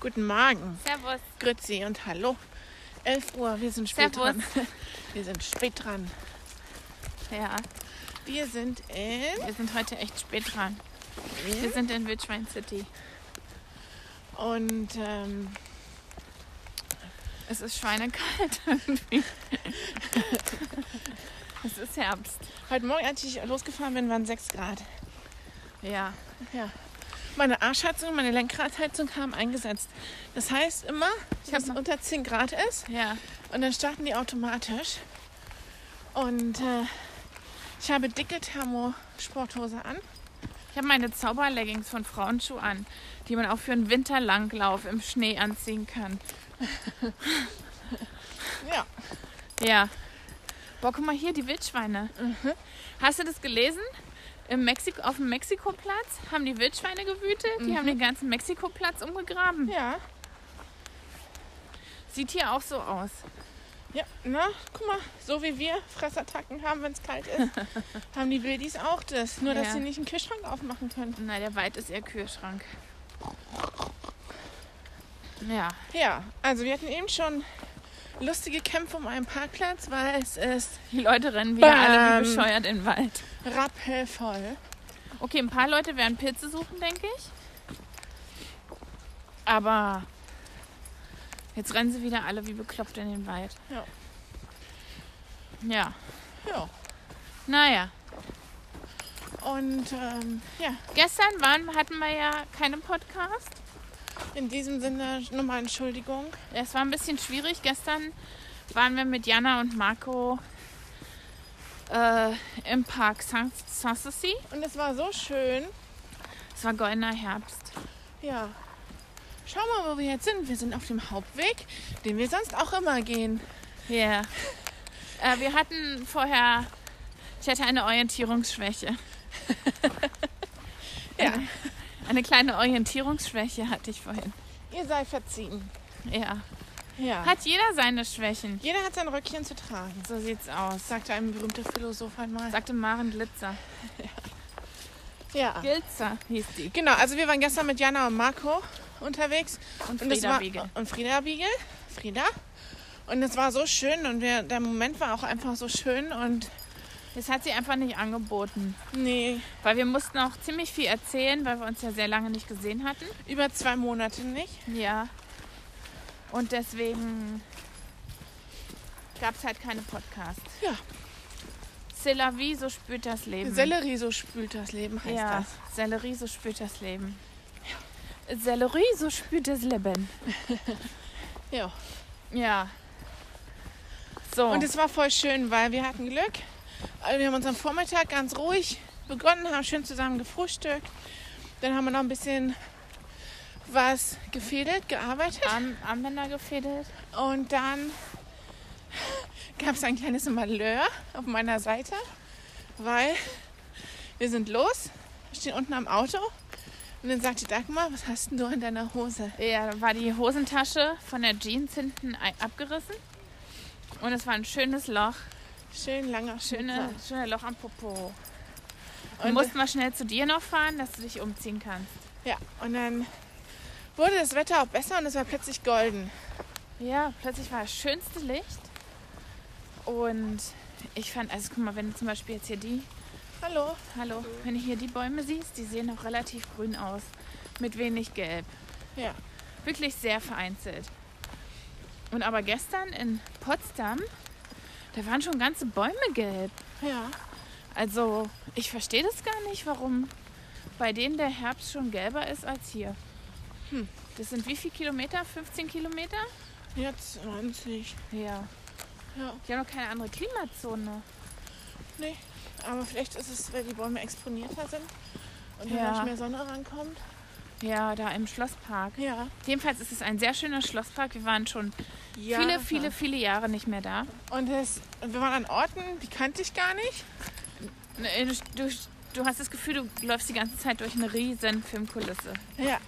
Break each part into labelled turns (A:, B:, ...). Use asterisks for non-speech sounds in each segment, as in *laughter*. A: Guten Morgen.
B: Servus.
A: Grüezi und hallo. 11 Uhr, wir sind spät
B: Servus.
A: dran. Wir sind spät dran.
B: Ja,
A: Wir sind in...
B: wir sind heute echt spät dran. Wir sind in Wildschwein City.
A: Und ähm,
B: Es ist schweinekalt *laughs* irgendwie. es ist Herbst.
A: heute Morgen, als ich losgefahren bin, waren 6 Grad.
B: Ja.
A: Meine Arschheizung, meine Lenkradheizung haben eingesetzt. Das heißt immer,
B: Ich
A: dass
B: hab
A: es
B: noch-
A: unter 10 Grad ist
B: Ja.
A: und dann starten die automatisch. Und äh, ich habe dicke Thermosporthose an.
B: Ich habe meine Zauberleggings von Frauenschuh an, die man auch für einen Winterlanglauf im Schnee anziehen kann.
A: Ja.
B: Ja. Mhm. Boah, guck mal hier, die Wildschweine. Hast du das gelesen? Im Mexiko, auf dem Mexikoplatz haben die Wildschweine gewütet. Die haben den ganzen Mexikoplatz umgegraben.
A: Ja.
B: Sieht hier auch so aus.
A: Ja, na, guck mal, so wie wir Fressattacken haben, wenn es kalt
B: *laughs*
A: ist, haben die Wildis auch das. Nur, dass
B: Ja.
A: sie nicht einen Kühlschrank aufmachen können.
B: Na, der Wald ist ihr Kühlschrank. Ja,
A: Ja, also wir hatten eben schon lustige Kämpfe um einen Parkplatz, weil es ist
B: die Leute rennen wieder alle wie
A: Bam.
B: bescheuert in den Wald.
A: rappelvoll.
B: Okay, ein paar Leute werden Pilze suchen, denke ich. Aber jetzt rennen sie wieder alle wie bekloppt in den Wald.
A: Ja.
B: Ja,
A: Ja,
B: naja.
A: und ähm, ja,
B: Gestern waren, hatten wir ja keinen Podcast.
A: in diesem Sinne nochmal Entschuldigung.
B: Es war ein bisschen schwierig. Gestern waren wir mit Jana und Marco äh, im Park San- Sanssouci.
A: Und es war so schön.
B: Es war goldener Herbst.
A: Ja. Schau mal, wo wir jetzt sind. Wir sind auf dem Hauptweg, den wir sonst auch immer gehen.
B: Ja. Äh, wir hatten vorher, ich hatte eine *laughs* Orientierungsschwäche.
A: Ja.
B: Eine, eine kleine Orientierungsschwäche hatte ich vorhin.
A: Ihr seid verziehen.
B: Ja.
A: Ja.
B: Hat jeder seine Schwächen.
A: Jeder hat sein Röckchen zu tragen.
B: So sieht's aus.
A: sagte ein berühmter Philosoph einmal.
B: Sagte Maren Glitzer.
A: Ja.
B: Glitzer hieß die.
A: Genau, also wir waren gestern mit Jana und Marco unterwegs.
B: Und
A: Und das
B: Frieda
A: war,
B: Biegel.
A: Und Frieda Biegel. Frieda. Und es war so schön und wir, der Moment war auch einfach so schön und
B: Das hat sie einfach nicht angeboten.
A: nee,
B: Weil wir mussten auch ziemlich viel erzählen, weil wir uns ja sehr lange nicht gesehen hatten.
A: über zwei Monate nicht.
B: Ja. Und deswegen gab es halt keine Podcasts.
A: Ja.
B: C'est la vie, so spürt das Leben.
A: Sellerie, so spült das Leben, heißt
B: ja,
A: das.
B: Sellerie, so spürt das Leben. Sellerie, so spürt das Leben.
A: Ja.
B: Ja. So.
A: Und es war voll schön, weil wir hatten Glück. Also Wir haben unseren Vormittag ganz ruhig begonnen, haben schön zusammen gefrühstückt. Dann haben wir noch ein bisschen was gefädelt, gearbeitet.
B: Arm, Armbänder gefädelt.
A: Und dann gab es ein kleines Malheur auf meiner Seite, weil wir sind los, stehen unten am Auto und dann sagt die Dagmar, was hast denn du in deiner Hose?
B: Ja, da war die Hosentasche von der Jeans hinten ei- abgerissen. Und es war ein schönes Loch.
A: Schön langer, schöner.
B: Schöne, schöne Loch am Popo.
A: Und-
B: Und mussten wir schnell zu dir noch fahren, dass du dich umziehen kannst.
A: Ja, und dann wurde das Wetter auch besser und es war plötzlich golden.
B: Ja, plötzlich war das schönste Licht. Und ich fand, also guck mal, wenn du zum Beispiel jetzt hier die,
A: Hallo.
B: hallo, wenn du hier die Bäume siehst, die sehen noch relativ grün aus. Mit wenig Gelb.
A: Ja.
B: Wirklich sehr vereinzelt. Und aber gestern in Potsdam, da waren schon ganze Bäume gelb.
A: Ja.
B: Also ich verstehe das gar nicht, warum bei denen der Herbst schon gelber ist als hier. Hm, Das sind wie viel Kilometer? 15 Kilometer?
A: Jetzt 20.
B: Ja.
A: Ja.
B: Die haben noch keine andere Klimazone.
A: Nee. Aber vielleicht ist es, weil die Bäume exponierter sind und da
B: Ja.
A: nicht mehr Sonne rankommt.
B: Ja, da im Schlosspark.
A: Ja.
B: Jedenfalls ist es ein sehr schöner Schlosspark. Wir waren schon
A: ja.
B: viele, viele, viele Jahre nicht mehr da.
A: Und es, und wir waren an Orten, die kannte ich gar nicht.
B: Nee, Du, Ne, äh, du, du hast das Gefühl, du läufst die ganze Zeit durch eine riesen Filmkulisse.
A: Ja,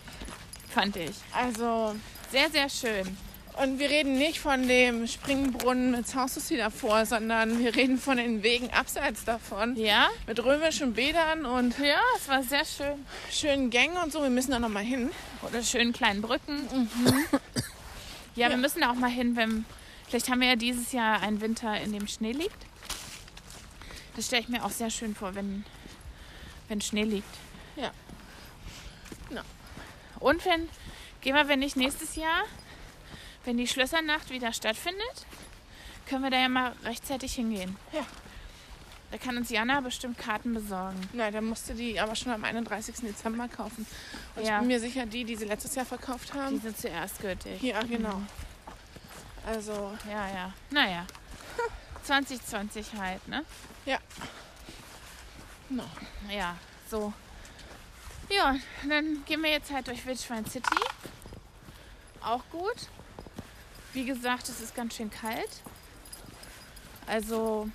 B: Fand ich.
A: also
B: Sehr, sehr schön.
A: Und wir reden nicht von dem Springbrunnen mit Sanssouci davor, sondern wir reden von den Wegen abseits davon.
B: Ja?
A: Mit römischen Bädern und
B: Ja, es war sehr schön.
A: schönen Gängen und so. Wir müssen da nochmal hin.
B: Oder schönen kleinen Brücken.
A: Mhm.
B: Ja, wir müssen da auch mal hin, wenn. Vielleicht haben wir ja dieses Jahr einen Winter, in dem Schnee liegt. Das stelle ich mir auch sehr schön vor, wenn, wenn Schnee liegt.
A: Ja. Ja.
B: Und wenn, gehen wir, wenn nicht nächstes Jahr, wenn die Schlössernacht wieder stattfindet, können wir da ja mal rechtzeitig hingehen.
A: Ja.
B: Da kann uns Jana bestimmt Karten besorgen.
A: Nein, dann musst du die aber schon am 31. Dezember kaufen. Und ich
B: Ja.
A: bin mir sicher, die, die sie letztes Jahr verkauft
B: Die
A: haben.
B: sind zuerst gültig.
A: Ja, genau. Also,
B: Ja, ja. Naja. 2020 halt, ne?
A: Ja. No.
B: Ja, so. Ja, dann gehen wir jetzt halt durch Wildschwein City. Auch gut. Wie gesagt, es ist ganz schön kalt. Also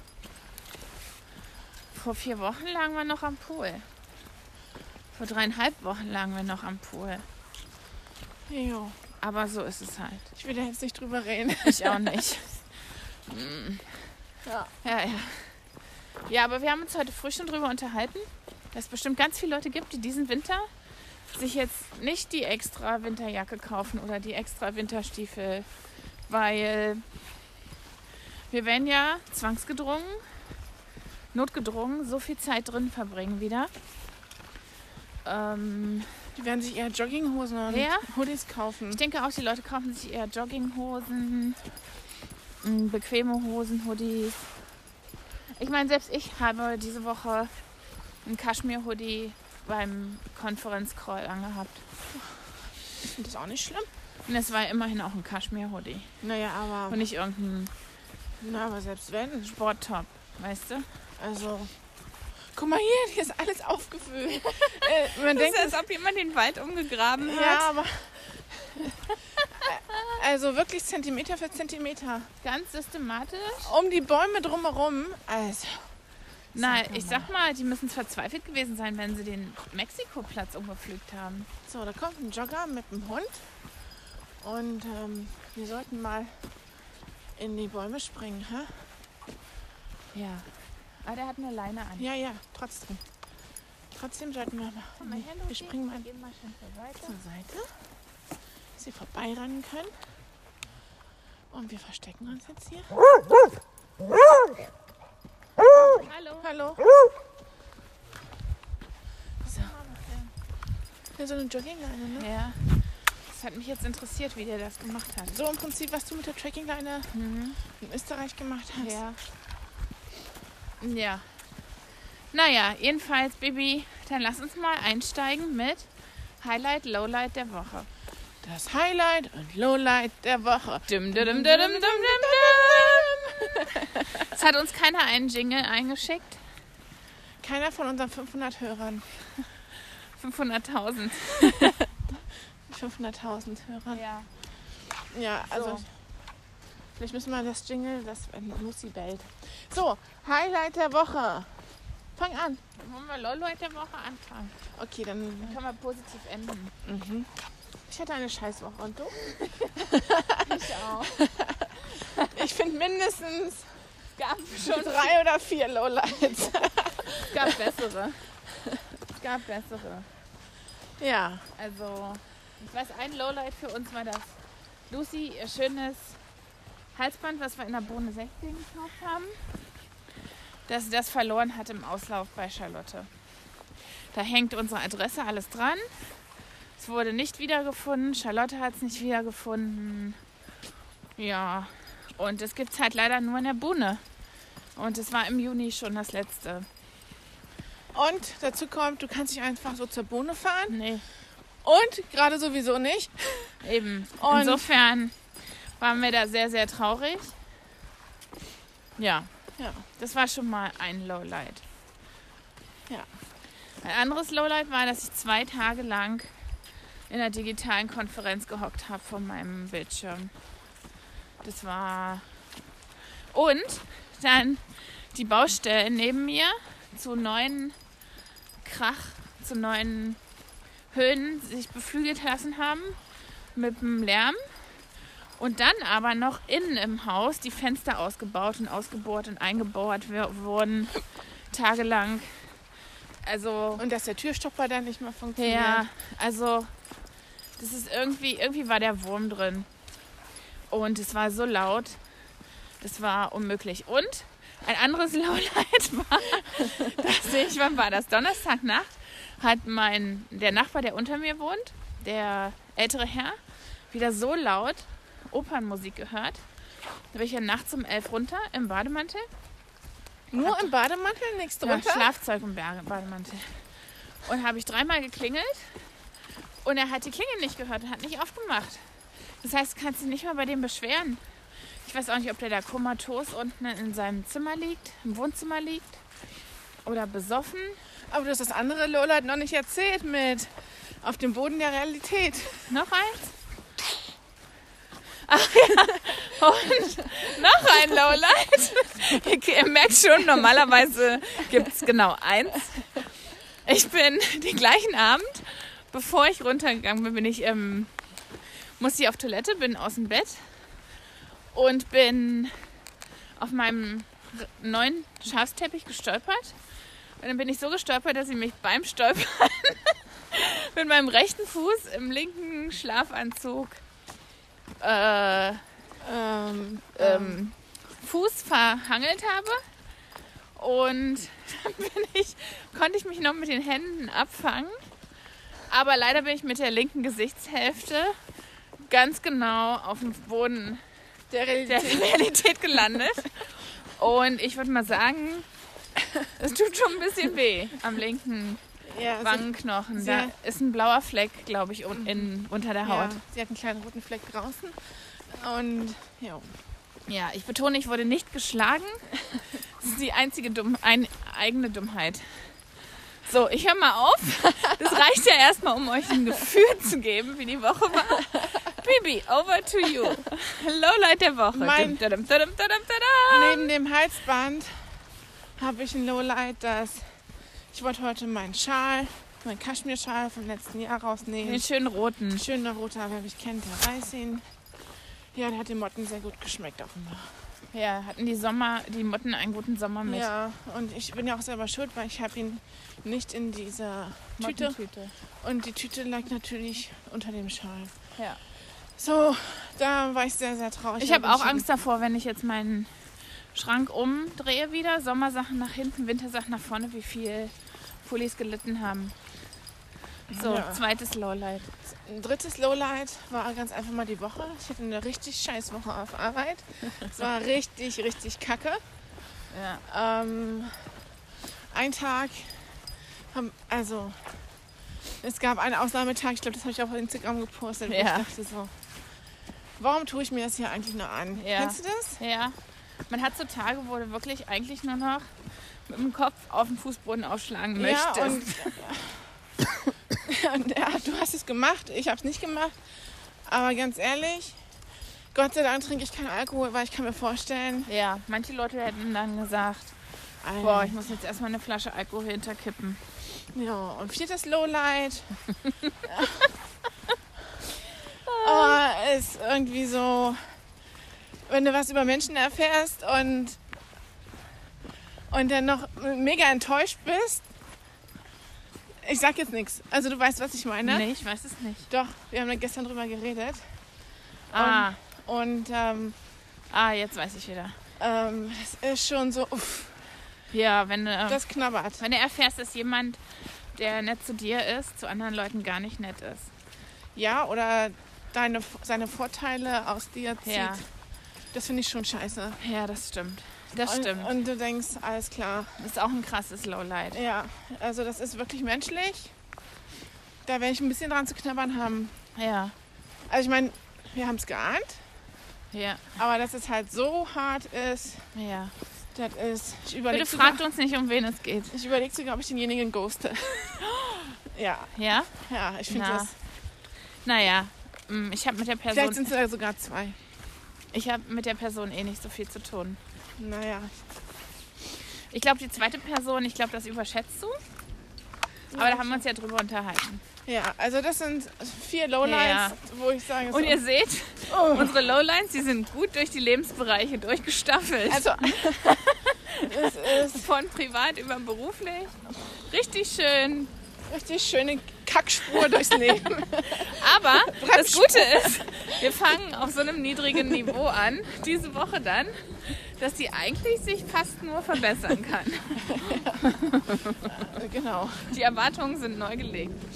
B: vor vier Wochen lagen wir noch am Pool. Vor dreieinhalb Wochen lagen wir noch am Pool.
A: jo.
B: Aber so ist es halt.
A: ich will da jetzt nicht drüber reden. *laughs*
B: Ich auch nicht. Mm.
A: Hm. Ja.
B: Ja, ja. Ja, aber wir haben uns heute früh schon drüber unterhalten, dass es bestimmt ganz viele Leute gibt, die diesen Winter sich jetzt nicht die extra Winterjacke kaufen oder die extra Winterstiefel, weil wir werden ja zwangsgedrungen, notgedrungen, so viel Zeit drin verbringen wieder. Ähm,
A: Die werden sich eher Jogginghosen und
B: Ja.
A: Hoodies kaufen.
B: ich denke auch, die Leute kaufen sich eher Jogginghosen, mm, bequeme Hosen, Hoodies. Ich meine, selbst ich habe diese Woche einen Kaschmir-Hoodie beim Konferenzcall angehabt.
A: Ich finde das auch nicht schlimm.
B: Und es war immerhin auch ein Kaschmir-Hoodie
A: Naja, aber,
B: und nicht irgendein
A: na, aber selbst wenn.
B: Sporttop, weißt du?
A: Also, guck mal hier, hier ist alles aufgefüllt. äh, man denkt,
B: als ob jemand den Wald umgegraben
A: ja, *laughs* aber. also wirklich Zentimeter für Zentimeter.
B: Ganz systematisch.
A: Um die Bäume drumherum. Also,
B: Na,
A: mal.
B: ich sag mal, die müssen verzweifelt gewesen sein, wenn sie den Mexiko-Platz umgepflügt haben.
A: so, da kommt ein Jogger mit dem Hund. Und ähm, wir sollten mal in die Bäume springen. Hä?
B: Ja. Aber Ah, der hat eine Leine an.
A: Ja, ja, trotzdem. Trotzdem sollten wir mal
B: Komm mal her, Lucy.
A: Wir springen mal.
B: Wir gehen mal schön zur Seite.
A: zur Seite, dass sie vorbeirennen können. Und wir verstecken uns jetzt hier.
B: Hallo.
A: Hallo. So. Ja, so eine Joggingleine, ne?
B: Ja. Das hat mich jetzt interessiert, wie der das gemacht hat.
A: So im Prinzip, was du mit der Trekkingleine
B: Mhm.
A: in Österreich gemacht hast.
B: Ja. Ja. Naja, jedenfalls, Baby, dann lass uns mal einsteigen mit Highlight, Lowlight der Woche.
A: Das Highlight und Lowlight der Woche.
B: Dim, dim, dim, dim, dim, dim, dim. Es hat uns keiner einen Jingle eingeschickt.
A: Keiner von unseren 500 Hörern,
B: 500.000.
A: 500.000 Hörern.
B: Ja.
A: Ja, also
B: So.
A: vielleicht müssen wir das Jingle, das wenn Lucy bellt. So, Highlight der Woche. Fang an.
B: Dann wollen wir Lowlight der Woche anfangen.
A: Okay, dann
B: Kann man positiv enden.
A: Mhm. Ich hatte eine Scheißwoche und du?
B: Ich *laughs* auch.
A: Ich finde mindestens
B: Es gab
A: schon *laughs* drei oder vier Lowlights.
B: Es gab bessere. Es gab bessere.
A: Ja,
B: Also, ich weiß, ein Lowlight für uns war das Lucy, ihr schönes Halsband, was wir in der Bohne 16 gekauft haben, dass sie das verloren hat im Auslauf bei Charlotte. Da hängt unsere Adresse alles dran. Es wurde nicht wiedergefunden. Charlotte hat es nicht wiedergefunden. Ja, und es gibt es halt leider nur in der Bohne. Und es war im Juni schon das letzte.
A: und dazu kommt, du kannst dich einfach so zur Bohne fahren
B: Nee.
A: und gerade sowieso nicht.
B: Eben.
A: Und-
B: Insofern waren wir da sehr, sehr traurig. Ja.
A: Ja.
B: Das war schon mal ein Lowlight.
A: Ja.
B: Ein anderes Lowlight war, dass ich zwei Tage lang in der digitalen Konferenz gehockt habe vor meinem Bildschirm. Das war. Und dann die Baustellen neben mir zu neuen Krach, zu neuen Höhen sich beflügelt lassen haben mit dem Lärm Und dann aber noch innen im Haus die Fenster ausgebaut und ausgebohrt und eingebauert wer- wurden, tagelang. Also,
A: Und dass der Türstopper dann nicht mehr funktioniert.
B: ja, also, das ist irgendwie, irgendwie war der Wurm drin. Und es war so laut, das war unmöglich. Und ein anderes *laughs* Lowlight war, dass ich, wann war das? Donnerstagnacht hat mein, der Nachbar, der unter mir wohnt, der ältere Herr, wieder so laut Opernmusik gehört. Da bin ich ja nachts um elf runter im Bademantel.
A: Nur im Bademantel, nichts
B: Ja,
A: drunter.
B: Schlafzeug und Berge- Bademantel. Und habe ich dreimal geklingelt und er hat die Klingel nicht gehört und hat nicht aufgemacht. Das heißt, du kannst dich nicht mal bei dem beschweren. Ich weiß auch nicht, ob der da komatos unten in seinem Zimmer liegt, im Wohnzimmer liegt oder besoffen.
A: Aber du hast das andere Lowlight noch nicht erzählt mit auf dem Boden der Realität.
B: Noch eins? Ach ja, und noch ein Lowlight. Ihr merkt schon, normalerweise gibt es genau eins. Ich bin den gleichen Abend, bevor ich runtergegangen bin, bin ich, ähm, musste ich auf Toilette, bin aus dem Bett und bin auf meinem r- neuen Schafsteppich gestolpert. Und dann bin ich so gestolpert, dass ich mich beim Stolpern mit meinem rechten Fuß im linken Schlafanzug äh,
A: Ähm, ähm,
B: ähm, Fuß verhangelt habe. Und *laughs* dann bin ich, konnte ich mich noch mit den Händen abfangen. Aber leider bin ich mit der linken Gesichtshälfte ganz genau auf dem Boden
A: der
B: der
A: Realität.
B: Realität gelandet. Und ich würde mal sagen, *laughs* es tut schon ein bisschen weh am linken
A: ja, sie-
B: Wangenknochen. Da
A: Also sehr- Mhm.
B: ist ein blauer Fleck, glaube ich, un in, unter der
A: ja,
B: Haut.
A: sie hat einen kleinen roten Fleck draußen. Und ja,
B: Ja, ich betone, ich wurde nicht geschlagen. Das ist die einzige dumm, ein, eigene Dummheit. So, ich höre
A: *laughs*
B: mal auf. Das reicht ja erstmal, um euch ein Gefühl zu geben, wie die Woche war. Bibi, over to you. Lowlight der Woche.
A: Mein-
B: Dum, dum, dum, dum, dum, dum.
A: neben dem Halsband habe ich ein Lowlight, dass ich wollte heute meinen Schal, meinen Kaschmirschal vom letzten Jahr rausnehmen.
B: Den schönen roten.
A: Ein schöner roter, wer mich kennt, der weiß ihn. Ja, der hat den Motten sehr gut geschmeckt offenbar.
B: Ja, hatten die Sommer, die Motten einen guten Sommer mit.
A: Ja, und ich bin ja auch selber schuld, weil ich habe ihn nicht in dieser Tüte
B: Mottentüte.
A: und die Tüte lag natürlich unter dem Schal.
B: Ja.
A: So, da war ich sehr, sehr traurig.
B: Ich habe auch
A: entschieden-
B: Angst davor, wenn ich jetzt meinen Schrank umdrehe wieder, Sommersachen nach hinten, Wintersachen nach vorne, wie viel Pullis gelitten haben. So,
A: Ja.
B: zweites Lowlight.
A: Ein drittes Lowlight war ganz einfach mal die Woche. Ich hatte eine richtig scheiß Woche auf Arbeit. Es
B: *laughs*
A: war richtig, richtig kacke.
B: Ja.
A: Ähm, ein Tag, haben, also es gab einen Ausnahmetag, ich glaube, das habe ich auch auf Instagram gepostet. wo
B: Ja.
A: Ich dachte so, warum tue ich mir das hier eigentlich noch an?
B: Ja.
A: Kennst du das?
B: ja. Man hat so Tage, wo du wirklich eigentlich nur noch mit dem Kopf auf den Fußboden aufschlagen möchtest.
A: Ja, und, und *laughs* ja, du hast es gemacht, ich habe es nicht gemacht. Aber ganz ehrlich, Gott sei Dank trinke ich keinen Alkohol, weil ich kann mir vorstellen,
B: ja, manche Leute hätten dann gesagt,
A: ein-
B: boah, ich muss jetzt erstmal eine Flasche Alkohol hinterkippen.
A: Ja, und viertes
B: *laughs*
A: Lowlight. oh, ist irgendwie so, wenn du was über Menschen erfährst und, und dann noch mega enttäuscht bist. Ich sag jetzt nichts. Also du weißt, was ich meine.
B: Nee, ich weiß es nicht.
A: Doch, wir haben da gestern drüber geredet.
B: Ah,
A: Und ähm,
B: ah, jetzt weiß ich wieder.
A: ähm, das ist schon so, uff,
B: Ja, wenn du... ähm,
A: das knabbert.
B: Wenn du erfährst, dass jemand, der nett zu dir ist, zu anderen Leuten gar nicht nett ist.
A: Ja, oder deine, seine Vorteile aus dir zieht.
B: Ja.
A: Das finde ich schon scheiße.
B: Ja, das stimmt. Das
A: und,
B: stimmt.
A: Und du denkst, alles klar.
B: Ist auch ein krasses Lowlight.
A: Ja, also das ist wirklich menschlich. Da werde ich ein bisschen dran zu knabbern haben.
B: Ja,
A: Also ich meine, wir haben es geahnt,
B: ja,
A: aber dass es halt so hart ist,
B: ja.
A: das ist. Ich überlege
B: Bitte
A: sogar,
B: fragt uns nicht, um wen es geht.
A: ich überleg sogar, ob ich denjenigen ghoste. *laughs* ja,
B: Ja?
A: ja, ich finde
B: Na,
A: das.
B: Naja, mm, ich habe mit der
A: Vielleicht
B: Person,
A: sind es ja sogar zwei.
B: ich habe mit der Person eh nicht so viel zu tun.
A: Naja,
B: Ich glaube, die zweite Person, ich glaube, das überschätzt du. Aber da haben wir uns ja drüber unterhalten.
A: Ja, also das sind vier Lowlines,
B: Ja.
A: wo ich sage, so,
B: Und ihr seht, unsere Lowlines, die sind gut durch die Lebensbereiche durchgestaffelt.
A: also *laughs* es ist
B: Von privat über beruflich. Richtig schön.
A: richtig schöne Kackspur durchs
B: *laughs*
A: Leben.
B: Aber das Gute ist, wir fangen auf so einem niedrigen Niveau an, diese Woche dann, dass die eigentlich sich fast nur verbessern kann.
A: genau.
B: Die Erwartungen sind neu gelegt. ne?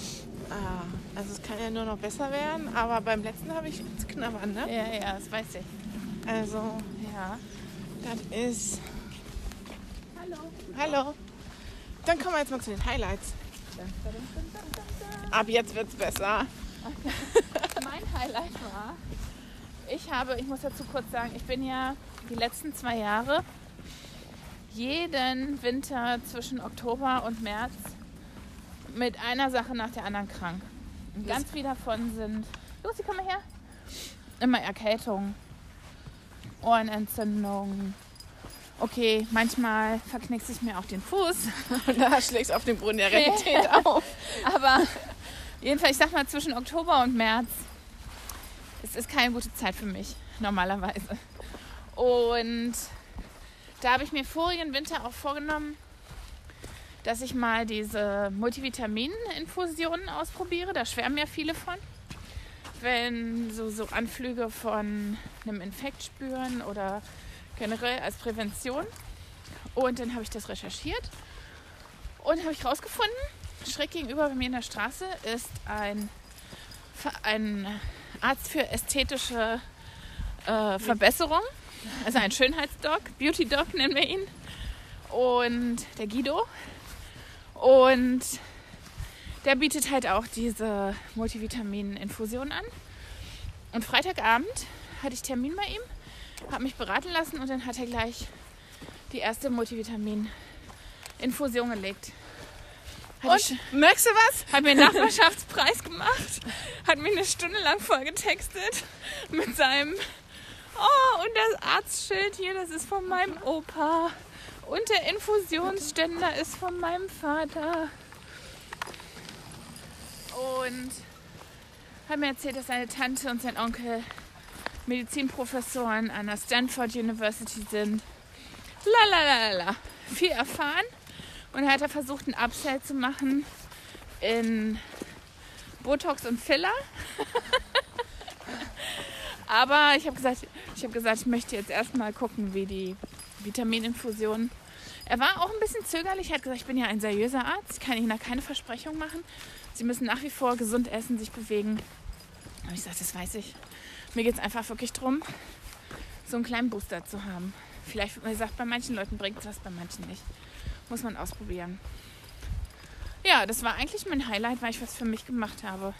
A: Ah, also es kann ja nur noch besser werden, aber beim letzten habe ich jetzt knabbern, ne?
B: Ja, ja, das weiß ich.
A: Also
B: Ja.
A: das ist.
B: Hallo.
A: Hallo. Dann kommen wir jetzt mal zu den Highlights. Ab jetzt wird's besser. *laughs*
B: Mein Highlight war, ich habe, ich muss dazu kurz sagen, ich bin ja die letzten zwei Jahre jeden Winter zwischen Oktober und März mit einer Sache nach der anderen krank. Und ganz viel davon sind, Lucy, komm mal her, immer Erkältung, Ohrenentzündung. Okay, manchmal verknickse ich mir auch den Fuß.
A: Und da schlägst du auf den Boden der Realität auf.
B: Aber jedenfalls, ich sag mal, zwischen Oktober und März. Es ist keine gute Zeit für mich, normalerweise. Und da habe ich mir vorigen Winter auch vorgenommen, dass ich mal diese Multivitamin-Infusionen ausprobiere. Da schwärmen ja viele von. Wenn so, so Anflüge von einem Infekt spüren oder generell als Prävention. Und dann habe ich das recherchiert und habe ich rausgefunden, schräg gegenüber bei mir in der Straße ist ein, Ver- ein Arzt für ästhetische äh, Verbesserung. Also ein Schönheitsdoc, Beauty Doc nennen wir ihn. Und der Guido. Und der bietet halt auch diese Multivitamin-Infusion an. Und Freitagabend hatte ich Termin bei ihm, habe mich beraten lassen und dann hat er gleich die erste Multivitamin-Infusion gelegt. Hatte ich-
A: Und merkst du was?
B: hat mir einen Nachbarschaftspreis gemacht, hat mich eine Stunde lang vollgetextet mit seinem Oh, und das Arztschild hier, das ist von meinem Opa. Und der Infusionsständer ist von meinem Vater. Und hat mir erzählt, dass seine Tante und sein Onkel Medizinprofessoren an der Stanford University sind. La la la la la. Viel erfahren. Und er hat da versucht, einen Upsell zu machen in Botox und Filler. Aber ich habe gesagt, ich habe gesagt, ich möchte jetzt erstmal gucken, wie die Vitamininfusion. Er war auch ein bisschen zögerlich, hat gesagt, ich bin ja ein seriöser Arzt, ich kann Ihnen da keine Versprechung machen. Sie müssen nach wie vor gesund essen, sich bewegen. Und ich sagte, das weiß ich. Mir geht es einfach wirklich darum, so einen kleinen Booster zu haben. Vielleicht, man sagt, bei manchen Leuten bringt es was, bei manchen nicht. Muss man ausprobieren. Ja, das war eigentlich mein Highlight, weil ich was für mich gemacht habe,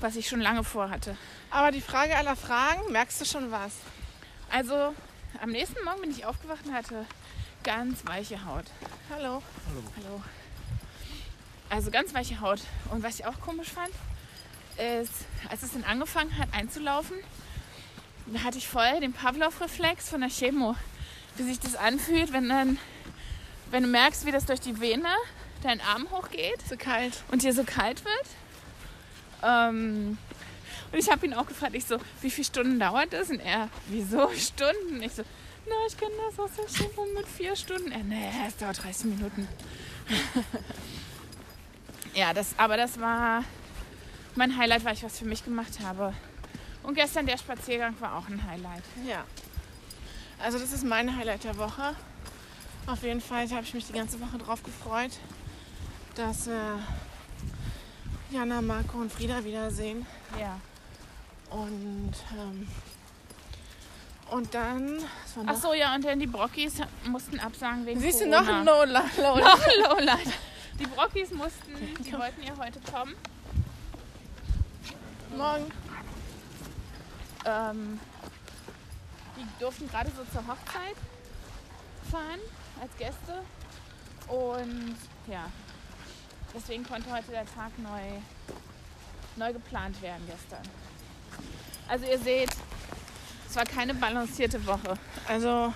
B: was ich schon lange vorhatte.
A: Aber die Frage aller Fragen, merkst du schon was?
B: Also am nächsten Morgen bin ich aufgewacht und hatte ganz weiche Haut.
A: Hallo.
B: Hallo. Also ganz weiche Haut. Und was ich auch komisch fand, ist, als es dann angefangen hat einzulaufen, da hatte ich voll den Pavlov-Reflex von der Chemo. Wie sich das anfühlt, wenn, dann, wenn du merkst, wie das durch die Vene dein Arm hochgeht.
A: Zu kalt.
B: und dir so kalt wird. Ähm, und ich habe ihn auch gefragt, ich so, wie viele Stunden dauert das? Und er, wieso Stunden? Ich so, na, ich kenne das aus der Schule mit vier Stunden. Er, nee, es dauert 30 Minuten. *laughs* ja, das, aber das war mein Highlight, weil ich was für mich gemacht habe. Und gestern der Spaziergang war auch ein Highlight.
A: Ja. Also das ist mein Highlight der Woche. Auf jeden Fall habe ich mich die ganze Woche drauf gefreut, dass wir Jana, Marco und Frieda wiedersehen.
B: Ja.
A: Und, ähm, und dann. was war
B: Ach
A: noch?
B: so, ja, und dann die Brockis mussten absagen wegen
A: Siehst du
B: Corona.
A: noch ein Lola? Lola.
B: Noch ein Lowlight. Die Brockis mussten, die wollten ja heute kommen.
A: Morgen.
B: Ähm, die durften gerade so zur Hochzeit fahren als Gäste. Und ja, deswegen konnte heute der Tag neu, neu geplant werden gestern. Also ihr seht, es war keine balancierte Woche.
A: Also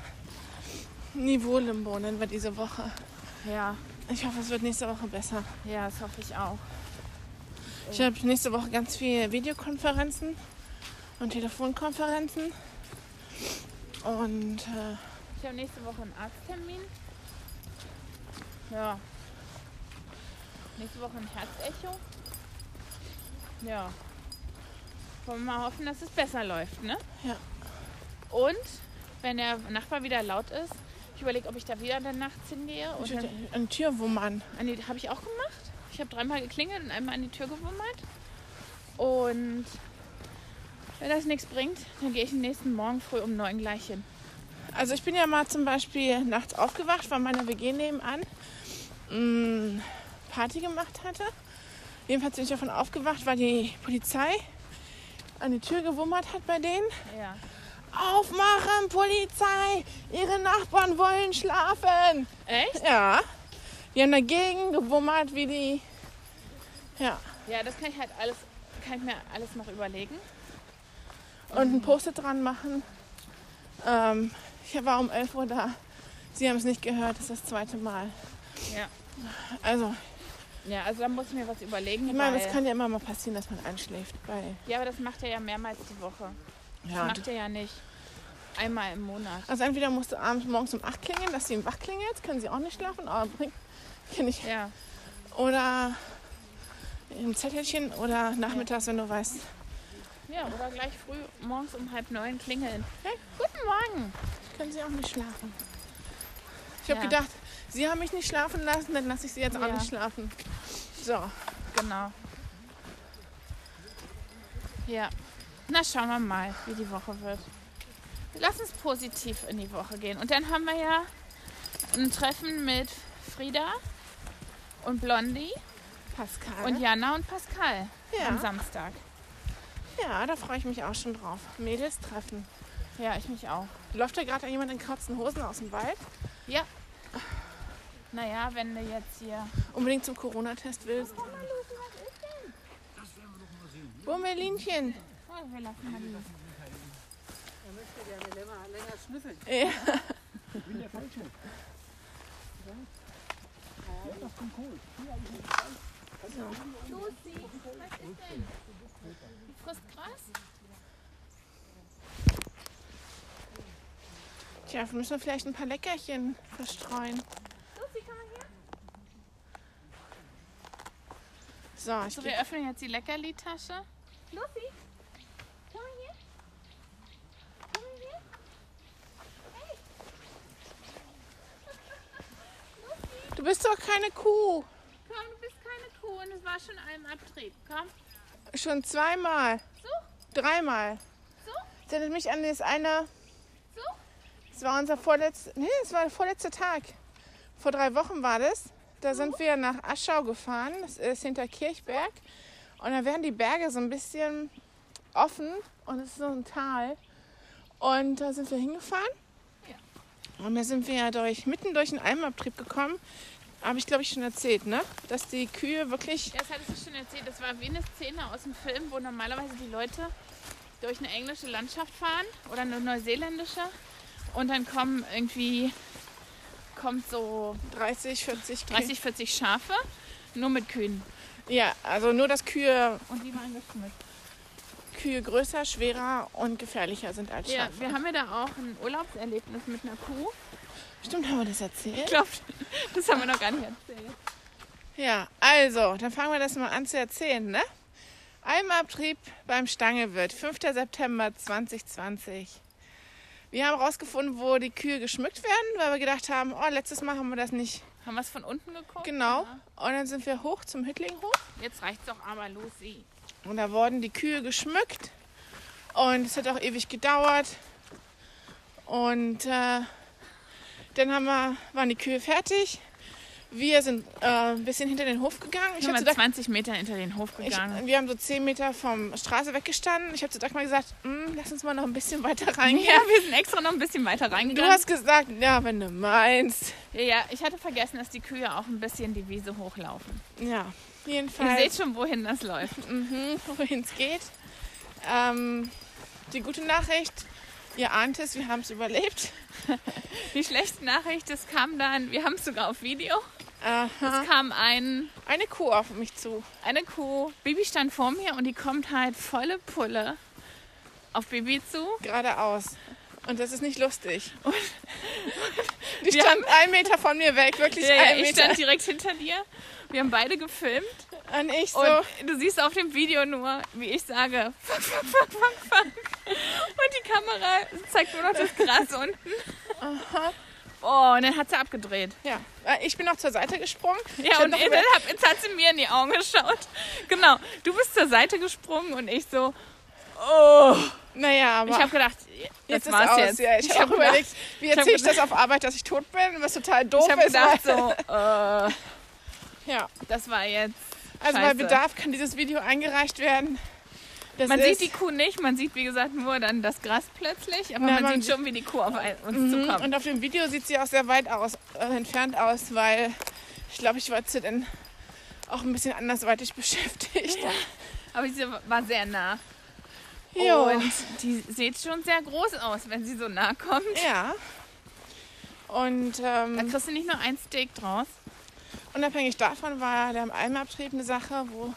A: Niveau-Limbo nennen wir diese Woche.
B: Ja.
A: Ich hoffe, es wird nächste Woche besser.
B: Ja, das hoffe ich auch.
A: Ich habe nächste Woche ganz viele Videokonferenzen und Telefonkonferenzen. Und äh,
B: Ich habe nächste Woche einen Arzttermin. Ja. Nächste Woche ein Herzecho. Ja. Wollen wir mal hoffen, dass es besser läuft, ne?
A: Ja.
B: Und wenn der Nachbar wieder laut ist, ich überlege, ob ich da wieder dann nachts hingehe. Und dann,
A: ein Türwummern.
B: an die habe ich auch gemacht. Ich habe dreimal geklingelt und einmal an die Tür gewummert. Und wenn das nichts bringt, dann gehe ich den nächsten Morgen früh um neun gleich hin.
A: Also ich bin ja mal zum Beispiel nachts aufgewacht, weil meine WG nebenan mm, Party gemacht hatte. Jedenfalls bin ich davon aufgewacht, weil die Polizei an die Tür gewummert hat bei denen.
B: Ja.
A: Aufmachen, Polizei! Ihre Nachbarn wollen schlafen!
B: Echt?
A: Ja. Die haben dagegen gewummert, wie die. Ja.
B: Ja, das kann ich halt alles, kann ich mir alles noch überlegen.
A: und ein Post-it dran machen. Ähm, ich war um 11 Uhr da. Sie haben es nicht gehört, das ist das zweite Mal.
B: Ja.
A: Also,
B: Ja, also da muss ich mir was überlegen.
A: ich meine,
B: weil-
A: es kann ja immer mal passieren, dass man einschläft. Weil,
B: ja, aber das macht er ja mehrmals die Woche.
A: ja,
B: Das macht er ja nicht einmal im Monat.
A: also entweder musst du abends morgens um 8 klingeln, dass sie ihm wach klingelt, können sie auch nicht schlafen, aber bringt kenn ich.
B: Ja,
A: Oder im Zettelchen oder nachmittags, wenn du weißt.
B: ja oder gleich früh morgens um halb neun klingeln. Ja, guten Morgen.
A: Können sie auch nicht schlafen. Ich habe
B: Ja.
A: gedacht, sie haben mich nicht schlafen lassen, dann lasse ich sie jetzt auch
B: Ja.
A: nicht schlafen. So,
B: Genau. Ja. Na, schauen wir mal, wie die Woche wird. Lass uns positiv in die Woche gehen. Und dann haben wir ja ein Treffen mit Frieda und Blondie
A: Pascal.
B: und Jana und Pascal am Samstag.
A: Ja, da freue ich mich auch schon drauf. Mädels treffen.
B: Ja, ich mich auch.
A: Läuft da gerade jemand in kurzen Hosen aus dem Wald?
B: Naja, wenn du jetzt hier.
A: Unbedingt zum Corona-Test willst? Bummelinchen.
B: Oh, wir lassen mal die.
C: Er möchte gerne länger, länger schnüffeln.
A: Ja.
D: Ich bin der Falsche. Ja, das kommt cool.
B: Lucy, was ist denn? Du frisst Gras?
A: Tja, wir müssen vielleicht ein paar Leckerchen verstreuen.
B: Lucy, komm mal her.
A: So, ich
B: So,
A: geh-
B: wir öffnen jetzt die Leckerli-Tasche. Lucy, komm mal hier. Komm mal hier.
A: Du bist doch keine Kuh.
B: Komm, du bist keine Kuh und es war schon einem Abtrieb. Komm.
A: Schon zweimal.
B: So.
A: Dreimal.
B: So.
A: Das erinnert mich an das eine.
B: So.
A: Das war unser vorletzter. Nee, das war der vorletzte Tag. Vor drei Wochen war das. Da sind wir nach Aschau gefahren. Das ist hinter Kirchberg. Und da werden die Berge so ein bisschen offen und es ist so ein Tal. Und da sind wir hingefahren. Und da sind wir ja durch, mitten durch den Almabtrieb gekommen. Habe ich, glaube ich, schon erzählt, ne? Dass die Kühe wirklich
B: Das hattest du schon erzählt. Das war wie eine Szene aus dem Film, wo normalerweise die Leute durch eine englische Landschaft fahren oder eine neuseeländische. Und dann kommen irgendwie kommt so
A: 30, 40 Kühe.
B: 30, 40 Schafe, nur mit Kühen.
A: Ja, also nur, dass Kühe,
B: Und die waren geschmückt.
A: Kühe größer, schwerer und gefährlicher sind als
B: Ja,
A: Schafe.
B: wir haben ja da auch ein Urlaubserlebnis mit einer *laughs* Kuh.
A: Stimmt, haben wir das erzählt?
B: Ich glaube, das haben wir noch gar nicht erzählt.
A: Ja, also, dann fangen wir das mal an zu erzählen, ne? Almabtrieb beim Stangewirt, 5. September 2020. Wir haben rausgefunden, wo die Kühe geschmückt werden, weil wir gedacht haben, oh, letztes Mal haben wir das nicht.
B: Haben wir es von unten geguckt?
A: Genau.
B: Ja.
A: Und dann sind wir hoch zum Hüttlinghof
B: Jetzt reicht's doch aber, Lucy.
A: und da wurden die Kühe geschmückt. Und es hat auch ewig gedauert. Und äh, dann haben wir, waren die Kühe fertig. Wir sind äh, ein bisschen hinter den Hof gegangen.
B: Ich
A: hab
B: bin
A: zu Dagmar-
B: 20 Meter hinter den Hof
A: Ich,
B: gegangen.
A: wir haben so 10 Meter vom Straße weggestanden. Ich habe zu Dagmar gesagt, "Mm, lass uns mal noch ein bisschen weiter reingehen.
B: ja, wir sind extra noch ein bisschen weiter
A: Du
B: reingegangen.
A: hast gesagt, ja, wenn du meinst.
B: ja, ja, ich hatte vergessen, dass die Kühe auch ein bisschen die Wiese hochlaufen.
A: Ja,
B: Ihr seht
A: jedenfalls,
B: schon, wohin das läuft.
A: mhm, *laughs* wohin es geht. Ähm, die gute Nachricht, ihr ahnt es, wir haben es überlebt.
B: Die schlechte Nachricht, das kam dann, wir haben es sogar auf Video.
A: Aha.
B: Es kam ein,
A: Eine Kuh auf mich zu.
B: eine Kuh. Bibi stand vor mir und die kommt halt volle Pulle auf Bibi zu.
A: geradeaus. Und das ist nicht lustig. die
B: Wir
A: stand einen Meter von mir weg, wirklich
B: Ja, ja,
A: einen
B: Äh, ich
A: Meter.
B: stand direkt hinter dir. Wir haben beide gefilmt.
A: Und ich so,
B: Und du siehst auf dem Video nur, wie ich sage, fuck, fuck, fuck, fuck, fuck. Und die Kamera zeigt nur noch das Gras unten. Oh, und dann hat sie abgedreht.
A: ja. Äh, Ich bin noch zur Seite gesprungen.
B: Ja,
A: hab
B: und
A: noch
B: dann,
A: über-
B: hab, jetzt hat sie mir in die Augen geschaut. Genau, du bist zur Seite gesprungen und ich so, oh.
A: Naja, aber
B: Ich habe gedacht, das
A: jetzt ist
B: war's
A: aus.
B: jetzt.
A: Ja, ich,
B: hab
A: habe überlegt, wie
B: hab
A: erzähle ich das auf Arbeit, dass ich tot bin, was total doof
B: gedacht, ich habe
A: ist. weil-
B: gedacht so, äh,
A: ja.
B: das war jetzt.
A: Also bei
B: Scheiße.
A: Bedarf kann dieses Video eingereicht werden. Das
B: Man
A: ist,
B: sieht die Kuh nicht, man sieht wie gesagt nur dann das Gras plötzlich, aber
A: Na,
B: man,
A: man
B: sieht
A: sieht-
B: schon, wie die Kuh auf ein- uns
A: Mhm,
B: zukommt.
A: Und auf dem Video sieht sie auch sehr weit aus, äh, entfernt aus, weil ich glaube, ich war zu dann auch ein bisschen andersweitig *laughs* beschäftigt.
B: Aber sie war sehr nah.
A: Jo.
B: Und die sieht schon sehr groß aus, wenn sie so nah kommt.
A: Ja. Und
B: Da
A: ähm,
B: kriegst du nicht nur ein Steak draus.
A: unabhängig davon war der Almabtrieb eine Sache, wo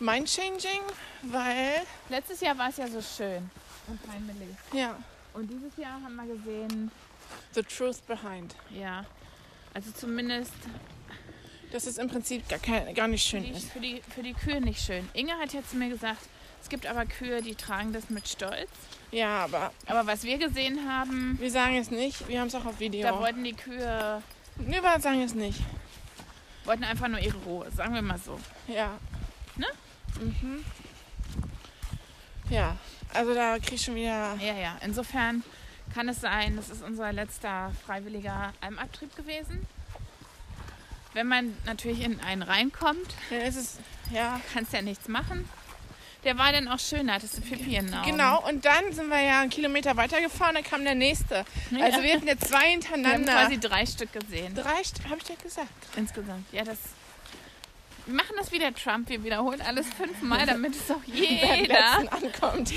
A: mind-changing, weil,
B: Letztes Jahr war es ja so schön und heimelig.
A: ja,
B: Und dieses Jahr haben wir gesehen,
A: the truth behind.
B: ja, also zumindest
A: Dass es im Prinzip gar, kein, gar nicht
B: für
A: schön
B: die,
A: ist.
B: für, die, für die Kühe nicht schön. Inge hat ja zu mir gesagt, es gibt aber Kühe, die tragen das mit Stolz.
A: Ja, aber
B: Aber was wir gesehen haben,
A: wir sagen es nicht, wir haben es auch auf
B: da
A: Video.
B: wollten die Kühe
A: Nee, wir sagen es nicht.
B: wollten einfach nur ihre Ruhe, sagen wir mal so.
A: Ja.
B: Ne?
A: Mhm. Ja, also da krieg ich schon wieder.
B: Ja, ja. Insofern kann es sein, das ist unser letzter freiwilliger Almabtrieb gewesen. Wenn man natürlich in einen reinkommt, *laughs*
A: Dann ist es, ja.
B: kannst ja nichts machen. Der war dann auch schön, da hattest du Pipi in den Augen.
A: Genau, und dann sind wir ja einen Kilometer weitergefahren, dann kam der nächste.
B: Ja.
A: Also wir hatten jetzt zwei
B: wir haben
A: hintereinander.
B: quasi drei Stück gesehen
A: Drei, St- hab ich dir gesagt.
B: insgesamt. Ja, das. Wir machen das wie der Trump. Wir wiederholen alles fünfmal, damit es auch jeder,
A: Letzten ankommt.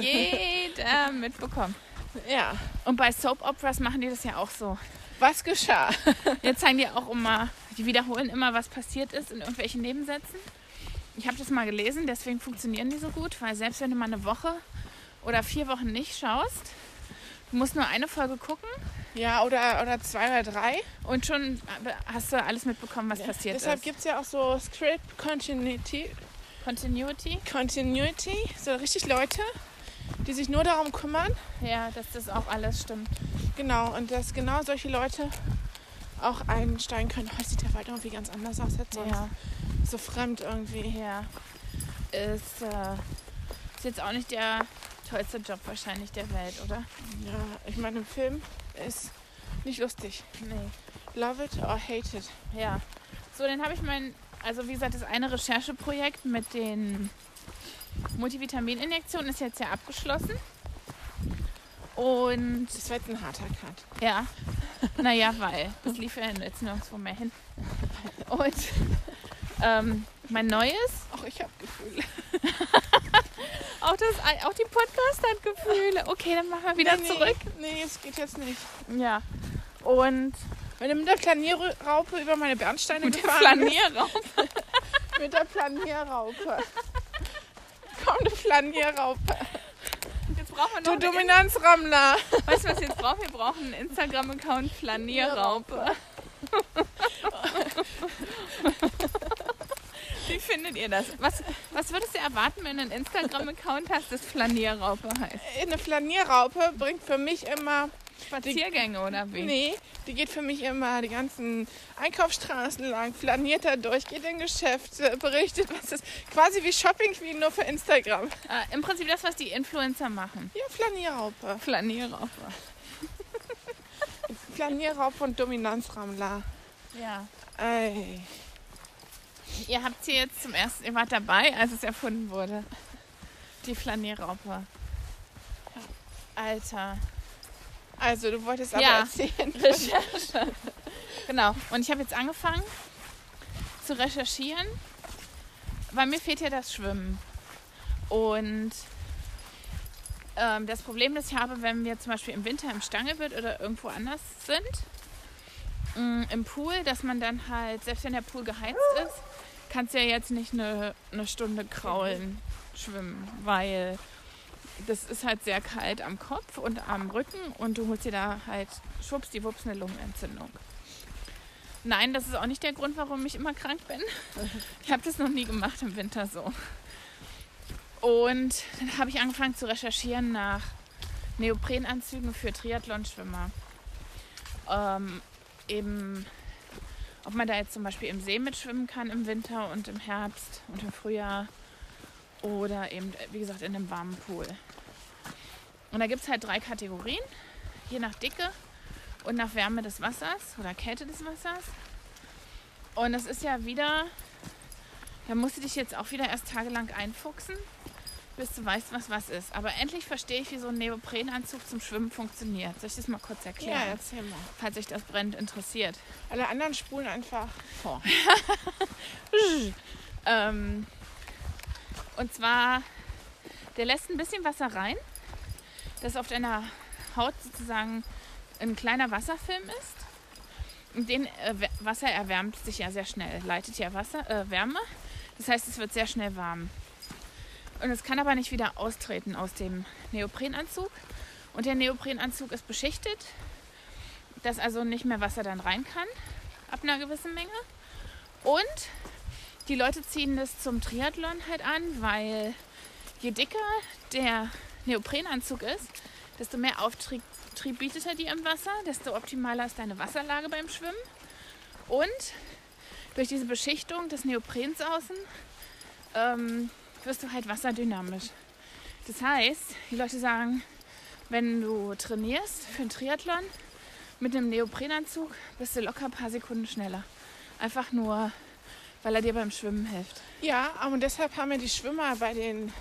B: jeder mitbekommt.
A: Ja.
B: Und bei Soap Operas machen die das ja auch so.
A: Was geschah?
B: Jetzt zeigen die auch immer, die wiederholen immer, was passiert ist in irgendwelchen Nebensätzen. Ich habe das mal gelesen, deswegen funktionieren die so gut, weil selbst wenn du mal eine Woche oder vier Wochen nicht schaust, du musst nur eine Folge gucken
A: Ja, oder, oder zwei oder drei.
B: und schon hast du alles mitbekommen, was passiert
A: Deshalb
B: ist.
A: gibt es ja auch so Script Continuity,
B: Continuity,
A: Continuity, so richtig Leute, die sich nur darum kümmern.
B: ja, dass das auch alles stimmt.
A: Genau, und dass genau solche Leute auch einsteigen können. Heute sieht der Wald irgendwie ganz anders aus als sonst.
B: Ja,
A: So fremd irgendwie.
B: ja. Ist, äh, ist jetzt auch nicht der tollste Job wahrscheinlich der Welt, oder?
A: Ja, ich meine, im Film ist nicht lustig.
B: Nee.
A: Love it or hate it.
B: Ja. So, dann habe ich mein, also wie gesagt, das eine Rechercheprojekt mit den Multivitamininjektionen ist jetzt ja abgeschlossen. Und
A: Das war jetzt ein harter Cut.
B: ja, *laughs* naja, weil das lief ja jetzt nirgendwo mehr hin. Und ähm, mein neues,
A: Auch ich habe *laughs* Gefühle.
B: auch, das, auch die Podcast hat Gefühle. Okay, dann machen wir wieder
A: nee,
B: zurück.
A: Nee, es geht jetzt nicht.
B: Ja. Und
A: Wenn du mit der Planierraupe über meine Bernsteine
B: mit der
A: gefahren
B: Flanierraum.
A: bist. Mit der Planierraupe. *laughs* Komm, du Planierraupe.
B: Jetzt brauchen wir noch
A: Du
B: eine
A: Dominanzrammler.
B: Weißt du, was wir jetzt brauchen? Wir brauchen einen Instagram-Account Flanierraupe. *laughs* Wie findet ihr das? Was, was würdest du erwarten, wenn du einen Instagram-Account hast, das Flanierraupe heißt?
A: Eine Planierraupe bringt für mich immer.
B: Spaziergänge oder wie?
A: Nee, die geht für mich immer die ganzen Einkaufsstraßen lang, flaniert da durch, geht in Geschäfte, berichtet, was ist. Quasi wie Shopping Queen, nur für Instagram.
B: Äh, Im Prinzip das, was die Influencer machen.
A: Ja, Planierraupe.
B: Flanierraupe.
A: Planierraupe und Dominanzrammler.
B: Ja.
A: Ey.
B: Ihr habt hier jetzt zum ersten, ihr wart dabei, als es erfunden wurde. Die Flanierraupe. Alter.
A: Also, du wolltest aber
B: Ja.
A: erzählen.
B: *laughs* Recherche. genau. Und ich habe jetzt angefangen zu recherchieren, weil mir fehlt ja das Schwimmen. Und ähm, das Problem, das ich habe, wenn wir zum Beispiel im Winter im Stangewirt oder irgendwo anders sind, mh, im Pool, dass man dann halt, selbst wenn der Pool geheizt ist, kannst du ja jetzt nicht eine, eine Stunde kraulen, schwimmen, weil das ist halt sehr kalt am Kopf und am Rücken und du holst dir da halt schwupps die Wups eine Lungenentzündung. Nein, das ist auch nicht der Grund, warum ich immer krank bin. Ich habe das noch nie gemacht im Winter so. Und dann habe ich angefangen zu recherchieren nach Neoprenanzügen für Triathlonschwimmer. Ähm, eben, ob man da jetzt zum Beispiel im See mitschwimmen kann im Winter und im Herbst und im Frühjahr oder eben, wie gesagt, in einem warmen Pool. Und da gibt es halt drei Kategorien, je nach Dicke und nach Wärme des Wassers oder Kälte des Wassers. Und das ist ja wieder, da musst du dich jetzt auch wieder erst tagelang einfuchsen, bis du weißt, was was ist. Aber endlich verstehe ich, wie so ein Neoprenanzug zum Schwimmen funktioniert. Soll ich das mal kurz
A: Ja,
B: erklären,
A: erzähl mal.
B: falls euch das brennend interessiert?
A: Alle anderen spulen einfach vor.
B: Ähm, und zwar, der lässt ein bisschen Wasser rein, das auf deiner Haut sozusagen ein kleiner Wasserfilm ist. Und den äh, Wa- Wasser erwärmt sich ja sehr schnell, leitet ja Wasser, äh, Wärme. Das heißt, es wird sehr schnell warm. Und es kann aber nicht wieder austreten aus dem Neoprenanzug. Und der Neoprenanzug ist beschichtet, dass also nicht mehr Wasser dann rein kann, ab einer gewissen Menge. Und die Leute ziehen das zum Triathlon halt an, weil je dicker der Neoprenanzug ist, desto mehr Auftrieb Trieb bietet er dir im Wasser, desto optimaler ist deine Wasserlage beim Schwimmen. Und durch diese Beschichtung des Neoprens außen ähm, wirst du halt wasserdynamisch. Das heißt, die Leute sagen, wenn du trainierst für einen Triathlon mit einem Neoprenanzug, bist du locker ein paar Sekunden schneller. Einfach nur weil er dir beim Schwimmen hilft.
A: Ja, aber und deshalb haben ja die Schwimmer bei den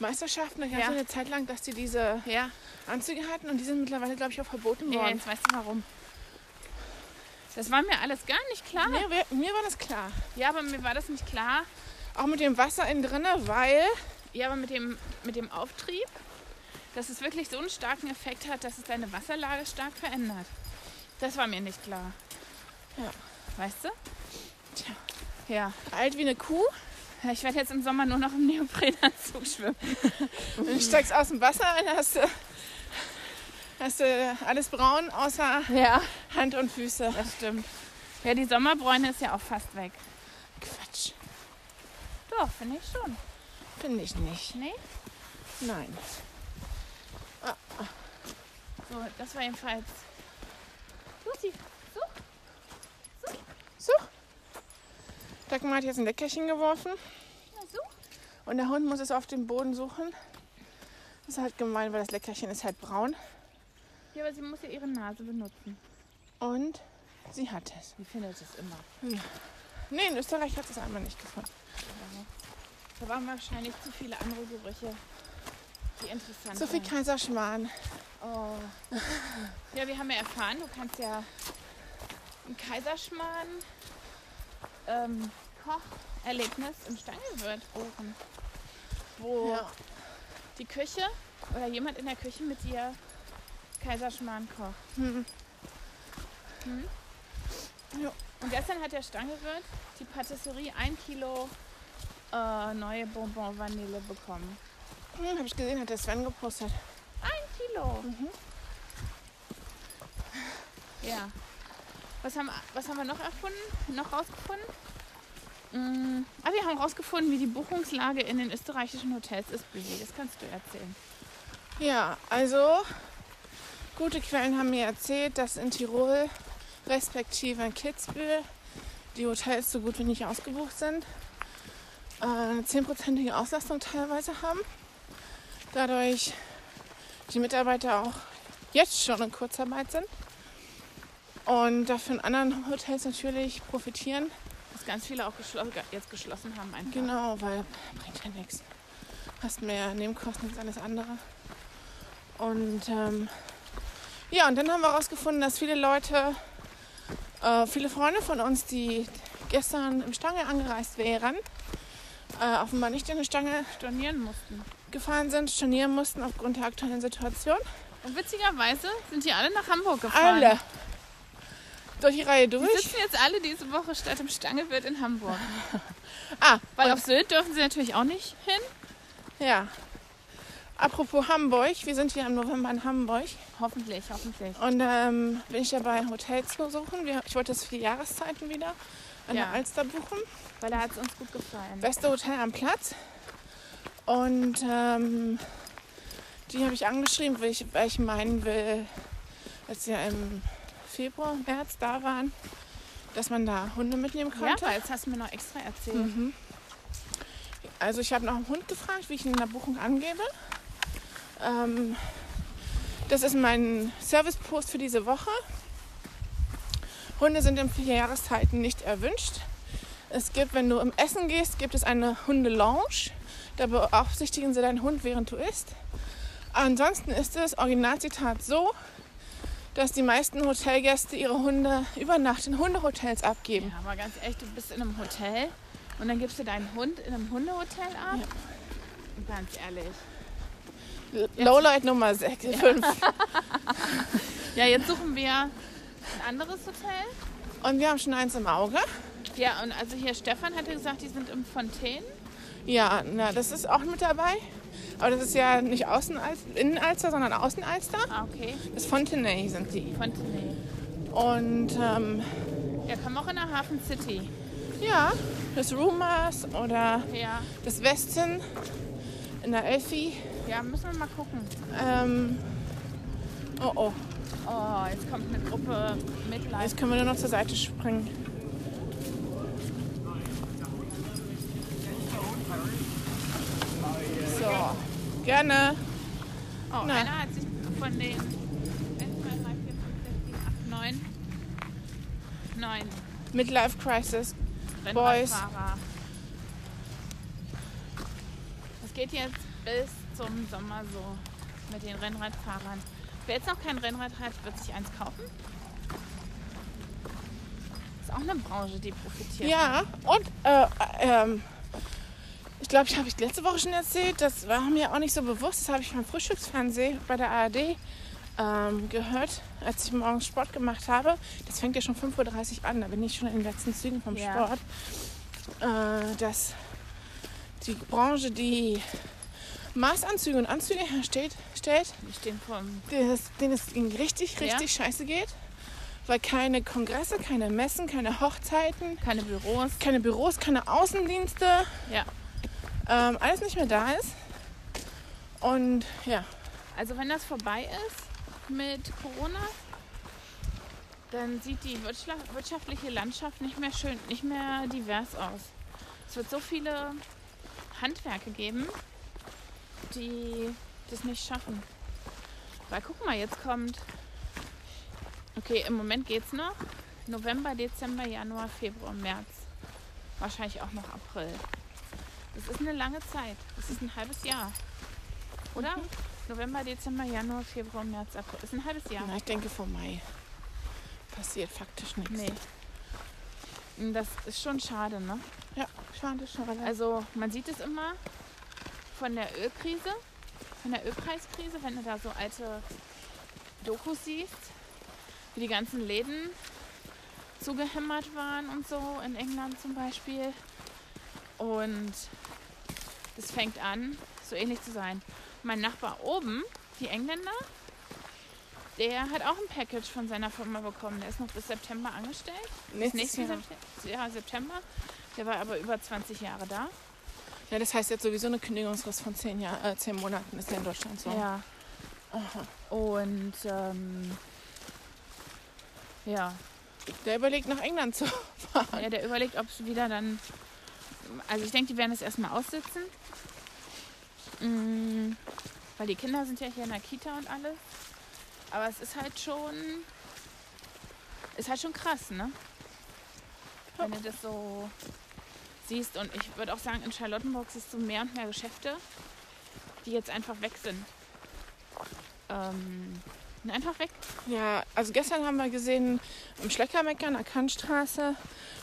A: Meisterschaften, da gab es
B: Ja.
A: eine Zeit lang, dass die diese
B: Ja,
A: Anzüge hatten und die sind mittlerweile, glaube ich, auch verboten
B: ja
A: worden.
B: jetzt weißt du warum. Das war mir alles gar nicht klar.
A: Mir, wär- mir war das klar.
B: Ja, aber mir war das nicht klar.
A: Auch mit dem Wasser innen drinne, weil
B: Ja, aber mit dem, mit dem Auftrieb, dass es wirklich so einen starken Effekt hat, dass es deine Wasserlage stark verändert. Das war mir nicht klar.
A: Ja.
B: Weißt du? Tja. Ja.
A: alt wie eine Kuh,
B: Ich werde jetzt im Sommer nur noch im *laughs* Neoprenanzug schwimmen. Mhm.
A: dann steigst du aus dem Wasser und hast, du- hast du alles braun außer
B: Ja.
A: Hand und Füße.
B: Das stimmt. Ja, die Sommerbräune ist ja auch fast weg.
A: Quatsch,
B: Doch, finde ich schon.
A: finde ich nicht.
B: Nee?
A: Nein.
B: So, das war jedenfalls. Lucy,
A: So. Dagmar hat jetzt ein Leckerchen geworfen
B: na so.
A: und der Hund muss es auf dem Boden suchen. Das ist halt gemein, weil das Leckerchen ist halt braun
B: Ja, aber sie muss ja ihre Nase benutzen.
A: und sie hat es.
B: Sie findet es immer.
A: Nee, in Österreich hat es einmal nicht gefunden.
B: Da waren wahrscheinlich zu viele andere Gerüche, die interessant
A: Sophie
B: waren.
A: Kaiserschmarrn.
B: Oh. Ja, wir haben ja erfahren, du kannst ja einen Kaiserschmarrn ähm, Kocherlebnis im Stangenwirt buchen. Wo
A: Ja.
B: die Küche oder jemand in der Küche mit dir Kaiserschmarrn kocht. Hm?
A: Hm.
B: Und gestern hat der Stangewirt die Patisserie ein Kilo äh, neue Bonbon Vanille bekommen.
A: Hm, hab ich gesehen, hat der Sven gepostet.
B: Ein Kilo. Mhm. Ja. Was haben, was haben wir noch erfunden? Noch rausgefunden? Mm, ah, wir haben rausgefunden, wie die Buchungslage in den österreichischen Hotels ist, Bibi. Das kannst du erzählen.
A: Ja, also gute Quellen haben mir erzählt, dass in Tirol respektive in Kitzbühel die Hotels so gut wie nicht ausgebucht sind, äh, eine zehnprozentige Auslastung teilweise haben. Dadurch die Mitarbeiter auch jetzt schon in Kurzarbeit sind und davon anderen Hotels natürlich profitieren.
B: Dass ganz viele auch geschlo ge- jetzt geschlossen haben einfach.
A: Genau, weil bringt ja nichts. Hast mehr Nebenkosten als alles andere. Und ähm, ja, und dann haben wir herausgefunden, dass viele Leute, äh, viele Freunde von uns, die gestern im Stange angereist wären, äh, offenbar nicht in die Stange
B: Stornieren mussten.
A: gefahren sind, stornieren mussten aufgrund der aktuellen Situation.
B: Und witzigerweise sind die alle nach Hamburg gefahren.
A: Alle. durch die Reihe
B: Die
A: durch.
B: sitzen jetzt alle diese Woche statt im Stangewirt
A: *laughs*
B: in Hamburg.
A: Ah,
B: Weil auf Sylt dürfen sie natürlich auch nicht hin.
A: ja. Apropos Hamburg, wir sind hier im November in Hamburg
B: Hoffentlich, hoffentlich.
A: und ähm, bin ich dabei, Hotels zu suchen. Wir, ich wollte das für die Jahreszeiten wieder an
B: Ja.
A: der Alster buchen.
B: Weil da hat es uns gut gefallen.
A: beste Hotel am Platz. Und ähm, die habe ich angeschrieben, weil ich, weil ich meinen will, als wir im Februar, März da waren, dass man da Hunde mitnehmen
B: Ja,
A: konnte.
B: weil das hast du mir noch extra erzählt.
A: Mhm. Also ich habe nach dem Hund gefragt, wie ich ihn in der Buchung angebe. Ähm, das ist mein Service-Post für diese Woche. Hunde sind in vier Jahreszeiten nicht erwünscht. Es gibt, wenn du im Essen gehst, gibt es eine Hunde-Lounge. Da beaufsichtigen sie deinen Hund, während du isst. Ansonsten ist das Originalzitat so, dass die meisten Hotelgäste ihre Hunde über Nacht in Hundehotels abgeben.
B: Ja, aber ganz ehrlich, du bist in einem Hotel und dann gibst du deinen Hund in einem Hundehotel ab. Ganz ehrlich.
A: Lowlight Nummer 6, 5.
B: Ja, jetzt suchen wir ein anderes Hotel.
A: Und wir haben schon eins im Auge.
B: Ja, und also hier Stefan hatte gesagt, die sind im Fontaine.
A: Ja, na, das ist auch mit dabei. Aber das ist ja nicht Außenalster, Innenalster, sondern Außenalster.
B: Ah, okay.
A: Das Fontenay sind die.
B: Fontaine.
A: Und ähm,
B: Ja, kam auch in der Hafen City.
A: ja, das Rumors oder
B: Ja,
A: das Westen in der Elfi.
B: ja, müssen wir mal gucken.
A: Ähm, oh oh,
B: Oh, jetzt kommt eine Gruppe Mitleid.
A: jetzt können wir nur noch zur Seite springen. So, gerne.
B: Oh,
A: Na.
B: einer hat sich von den 1, 2, 3, 4, 5, 6, 7, 8, 9, 9
A: Midlife Crisis. Boys.
B: Rennradfahrer. Es geht jetzt bis zum Sommer so mit den Rennradfahrern. Wer jetzt noch kein Rennrad hat, wird sich eins kaufen. Ist auch eine Branche, die profitiert.
A: Ja, und äh, ähm, ich glaube, ich habe ich letzte Woche schon erzählt, das war mir auch nicht so bewusst, das habe ich beim Frühstücksfernsehen bei der ARD ähm, gehört, als ich morgens Sport gemacht habe. Das fängt ja schon 5.30 Uhr an, da bin ich schon in den letzten Zügen vom
B: Ja.
A: Sport. Äh, dass die Branche, die Maßanzüge und Anzüge herstellt, stellt,
B: Die stehen vom.
A: denen es- denen es ihnen richtig,
B: Ja.
A: richtig scheiße geht. Weil keine Kongresse, keine Messen, keine Hochzeiten,
B: Keine Büros.
A: keine Büros, keine Außendienste,
B: Ja.
A: ähm, alles nicht mehr da ist. Und ja,
B: Also wenn das vorbei ist mit Corona, dann sieht die wirtschaft- wirtschaftliche Landschaft nicht mehr schön, nicht mehr divers aus. Es wird so viele Handwerke geben, die das nicht schaffen. Weil guck mal, jetzt kommt. Okay, im Moment geht's noch. November, Dezember, Januar, Februar, März. Wahrscheinlich auch noch April. Das ist eine lange Zeit. Das ist ein halbes Jahr. Oder? November, Dezember, Januar, Februar, März, April. Ist ein halbes Jahr.
A: na, ich denke vor Mai passiert faktisch nichts.
B: Nee. Mm, Das ist schon schade, ne?
A: Ja, schade, schon relativ.
B: Also man sieht es immer von der Ölkrise, von der Ölpreiskrise, wenn du da so alte Dokus siehst, wie die ganzen Läden zugehämmert waren und so, in England zum Beispiel. Und das fängt an, so ähnlich zu sein. Mein Nachbar oben, die Engländer, der hat auch ein Package von seiner Firma bekommen. Der ist noch bis September angestellt. Bis
A: Nächstes
B: nächsten
A: Jahr.
B: Septe- ja, September. Der war aber über 20 Jahre da.
A: Ja, das heißt jetzt sowieso eine Kündigungsfrist von zehn, Jahr, äh, zehn Monaten ist ja in Deutschland so.
B: Ja. Und ähm, ja.
A: Der überlegt nach England zu. *laughs*
B: ja, der überlegt, ob es wieder dann. Also ich denke, die werden es erstmal aussitzen. Mm, Weil die Kinder sind ja hier in der Kita und alles. Aber es ist halt schon. Ist halt schon krass, ne? Wenn du das so siehst. Und ich würde auch sagen, in Charlottenburg siehst du mehr und mehr Geschäfte, die jetzt einfach weg sind. Ähm, einfach weg.
A: Ja, also gestern haben wir gesehen, im Schleckermecker an der Kantstraße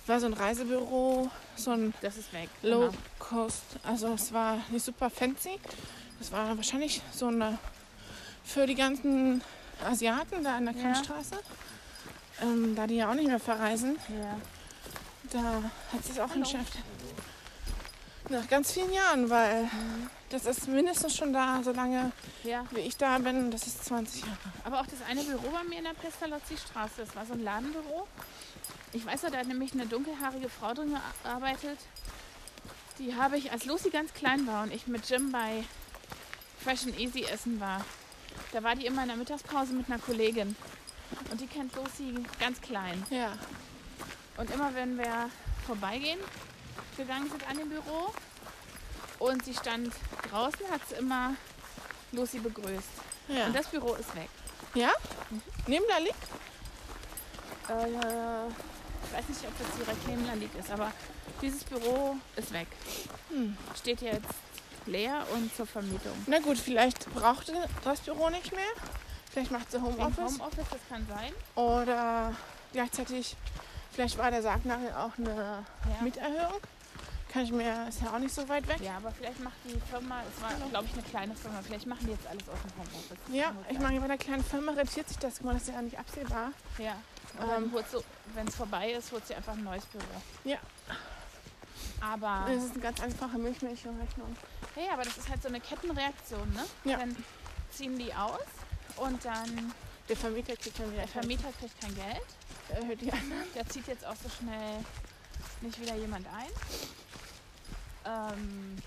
A: war so ein Reisebüro, so ein
B: Das ist weg.
A: Low
B: Genau.
A: Cost. Also es war nicht super fancy. Es war wahrscheinlich so eine für die ganzen Asiaten da an der
B: Ja.
A: Kantstraße. ähm, da die ja auch nicht mehr verreisen,
B: Genau. Ja.
A: da hat sie es auch geschafft. Nach ganz vielen Jahren, weil das ist mindestens schon da, solange
B: ja.
A: wie ich da bin. und Das ist 20 Jahre.
B: Aber auch das eine Büro bei mir in der Pestalozzi-Straße, das war so ein Ladenbüro. Ich weiß noch, da hat nämlich eine dunkelhaarige Frau drin gearbeitet. Die habe ich, als Lucy ganz klein war und ich mit Jim bei Fresh and Easy essen war, da war die immer in der Mittagspause mit einer Kollegin. Und die kennt Lucy ganz klein.
A: Ja.
B: Und immer wenn wir vorbeigehen gegangen sind an dem Büro und sie stand draußen, hat sie immer Lucy begrüßt.
A: ja.
B: Und das Mhm. Büro ist weg.
A: Neben da liegt?
B: Äh, ich weiß nicht, ob das direkt neben der Lied ist, aber dieses Büro ist weg.
A: Hm.
B: Steht jetzt leer und zur Vermietung.
A: Na gut, vielleicht braucht ihr das Büro nicht mehr. Vielleicht macht sie
B: Wegen
A: Homeoffice.
B: Homeoffice, das kann sein.
A: Oder gleichzeitig, vielleicht war der Sargnagel auch eine
B: Ja.
A: Mieterhöhung. Kann ich mir, ist ja auch nicht so weit weg.
B: ja, aber vielleicht macht die Firma, es war, glaube ich, eine kleine Firma, vielleicht machen die jetzt alles aus dem Homeoffice. Das
A: Ja,
B: kann gut
A: ich
B: sein.
A: meine, bei einer kleinen Firma rentiert sich das. Guck mal, das ist ja nicht absehbar.
B: Ja. Und dann
A: Ähm.
B: holst du, wenn es vorbei ist, holst du einfach ein neues Büro.
A: Ja.
B: Aber,
A: Das ist eine ganz einfache Milchmädchenrechnung.
B: ja, ja, aber das ist halt so eine Kettenreaktion, ne?
A: Ja.
B: Dann ziehen die aus und dann,
A: Der Vermieter kriegt dann wieder
B: der Vermieter kriegt kein Geld.
A: erhöht die anderen.
B: Da zieht jetzt auch so schnell nicht wieder jemand ein. Ähm,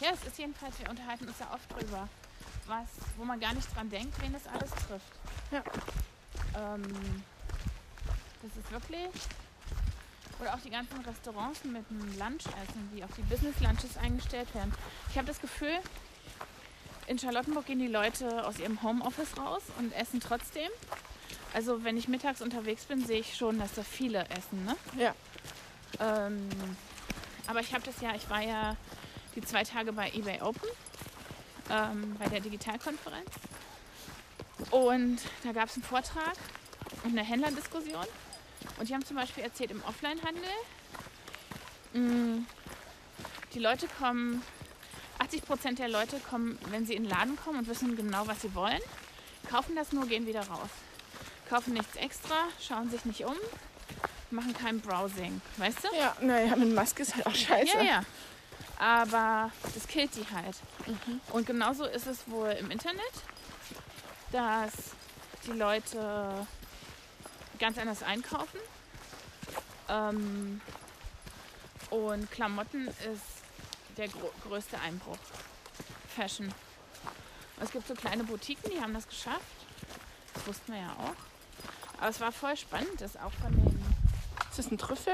B: ja, es ist jedenfalls, wir unterhalten uns ja oft drüber, was, wo man gar nicht dran denkt, wen das alles trifft.
A: Ja.
B: Ähm, das ist wirklich. Oder auch die ganzen Restaurants mit dem Lunchessen, die auf die Business-Lunches eingestellt werden. Ich habe das Gefühl, in Charlottenburg gehen die Leute aus ihrem Homeoffice raus und essen trotzdem. Also wenn ich mittags unterwegs bin, sehe ich schon, dass da viele essen, ne?
A: Ja.
B: Ähm, aber ich habe das ja, ich war ja die zwei Tage bei eBay Open, ähm, bei der Digitalkonferenz. Und da gab es einen Vortrag und eine Händlerdiskussion. Und die haben zum Beispiel erzählt, im Offline-Handel, mh, die Leute kommen, 80 Prozent der Leute kommen, wenn sie in den Laden kommen und wissen genau, was sie wollen, kaufen das nur, gehen wieder raus kaufen nichts extra, schauen sich nicht um, machen kein Browsing, weißt du?
A: Ja, naja, mit Maske ist halt auch scheiße.
B: Ja, ja. Aber das killt die halt. Und genauso ist es wohl im Internet, dass die Leute ganz anders einkaufen. Ähm, und Klamotten ist der gro größte Einbruch. Fashion. Und es gibt so kleine Boutiquen, die haben das geschafft. Das wussten wir ja auch. Aber es war voll spannend, das auch von den
A: Ist das ein Trüffel?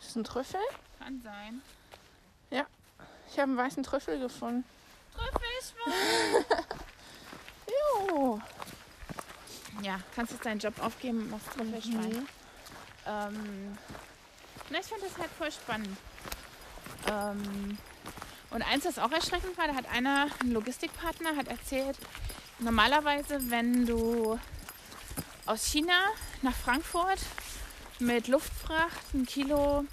A: Ist das ein Trüffel?
B: kann sein.
A: Ich habe einen weißen Trüffel gefunden.
B: Trüffelschwein.
A: Jo.
B: Ja, kannst jetzt deinen Job aufgeben und machst
A: Mhm.
B: Trüffelschwein. Ähm, na, ich fand das halt voll spannend. Ähm, und eins, das auch erschreckend war, da hat einer, ein Logistikpartner, hat erzählt, normalerweise, wenn du aus China nach Frankfurt mit Luftfracht ein Kilo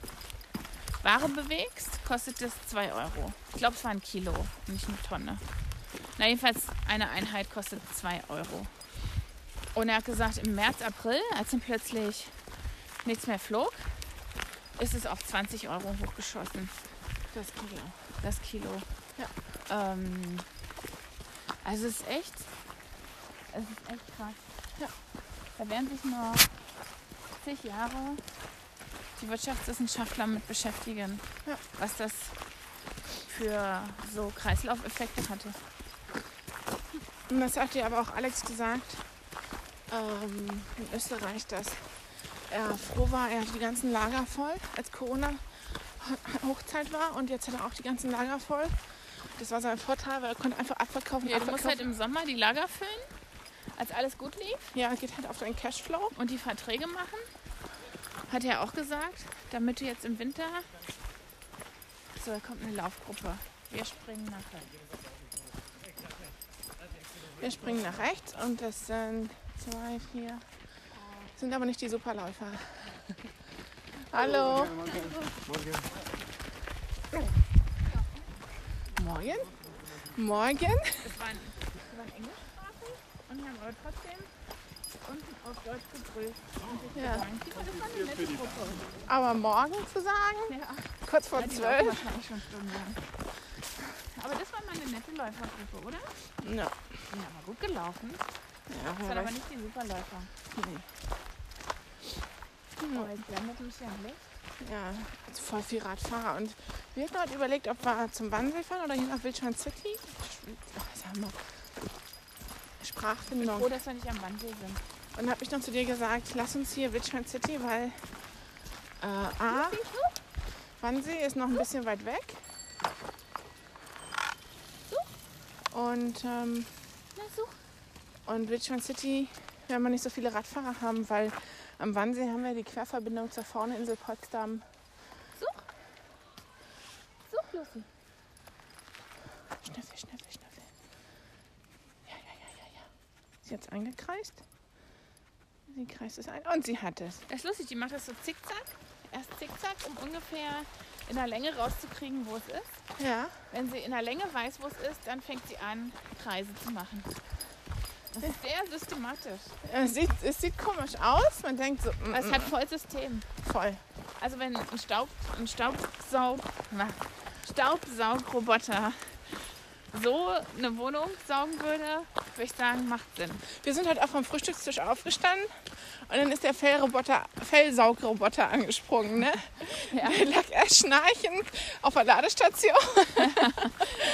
B: Ware bewegst, kostet das 2 Euro. Ich glaube, es war ein Kilo, nicht eine Tonne. Na, jedenfalls eine Einheit kostet 2 Euro. Und er hat gesagt, im März, April, als dann plötzlich nichts mehr flog, ist es auf 20 Euro hochgeschossen,
A: Das Kilo.
B: das Kilo. Ähm, also es ist echt, es ist echt krass.
A: Ja.
B: Da werden sich nur zig Jahre die Wirtschaftswissenschaftler mit beschäftigen,
A: Ja.
B: was das für so Kreislaufeffekte hatte.
A: Und das hat dir aber auch Alex gesagt ähm, in Österreich, dass er froh war, er hatte die ganzen Lager voll, als Corona Hochzeit war und jetzt hat er auch die ganzen Lager voll. Das war sein Vorteil, weil er konnte einfach abverkaufen.
B: Ja, du musst halt
A: abverkaufen.
B: im Sommer die Lager füllen, als alles gut lief.
A: ja geht halt auf deinen Cashflow.
B: Und die Verträge machen, hat er auch gesagt, damit du jetzt im Winter. So, da kommt eine Laufgruppe. Wir springen nach rechts.
A: Wir springen nach rechts und das sind zwei, vier. Sind aber nicht die Superläufer. Hallo. Morgen? Morgen?
B: Das waren, das waren Englischsprachen und die haben aber trotzdem unten auf Deutsch gebrüllt.
A: Ja.
B: Die war das war eine nette Gruppe.
A: Aber morgen zu sagen,
B: Ja,
A: kurz vor
B: ja, die laufen
A: zwölf.
B: wahrscheinlich schon stundenlang. Aber das war mal eine nette Läufergruppe, oder?
A: Ja.
B: Die haben aber gut gelaufen.
A: Ja,
B: Das
A: wer
B: waren aber
A: weiß.
B: nicht die Superläufer. Oh, jetzt blendet mich ja ein Licht.
A: ja, also voll viel Radfahrer. Und wir hatten heute überlegt, ob wir zum Wannsee fahren oder hier nach Wildschwein City. Ach, sag mal. Sprachfindung.
B: Froh, dass wir nicht am Wannsee sind.
A: und habe ich noch zu dir gesagt, lass uns hier Wildschwein City, weil äh, A, Wannsee ist noch ein bisschen weit weg. Und, ähm,
B: Na, such.
A: und Wildschwein City werden wir nicht so viele Radfahrer haben, weil am Wannsee haben wir die Querverbindung zur Fauneninsel Potsdam.
B: Such, Lucy.
A: Schnüffel, schnüffel, schnüffel. Ja, ja, ja, ja, ja. Sie hat es angekreist. Sie kreist es ein und sie hat es.
B: Das ist lustig, die macht das so zickzack. Erst zickzack, um ungefähr in der Länge rauszukriegen, wo es ist.
A: Ja.
B: Wenn sie in der Länge weiß, wo es ist, dann fängt sie an, Kreise zu machen. Das ist sehr systematisch.
A: Es sieht, es sieht komisch aus. Man denkt so, mm,
B: Aber es
A: mm,
B: hat voll System.
A: voll.
B: Also wenn ein Staub, ein Staubsaug, na, Staubsaugroboter so eine Wohnung saugen würde, würde ich sagen, macht Sinn.
A: Wir sind heute auch vom Frühstückstisch aufgestanden und dann ist der Fellroboter, Fellsaugroboter angesprungen. Ne?
B: Ja.
A: Der lag erst schnarchend auf der Ladestation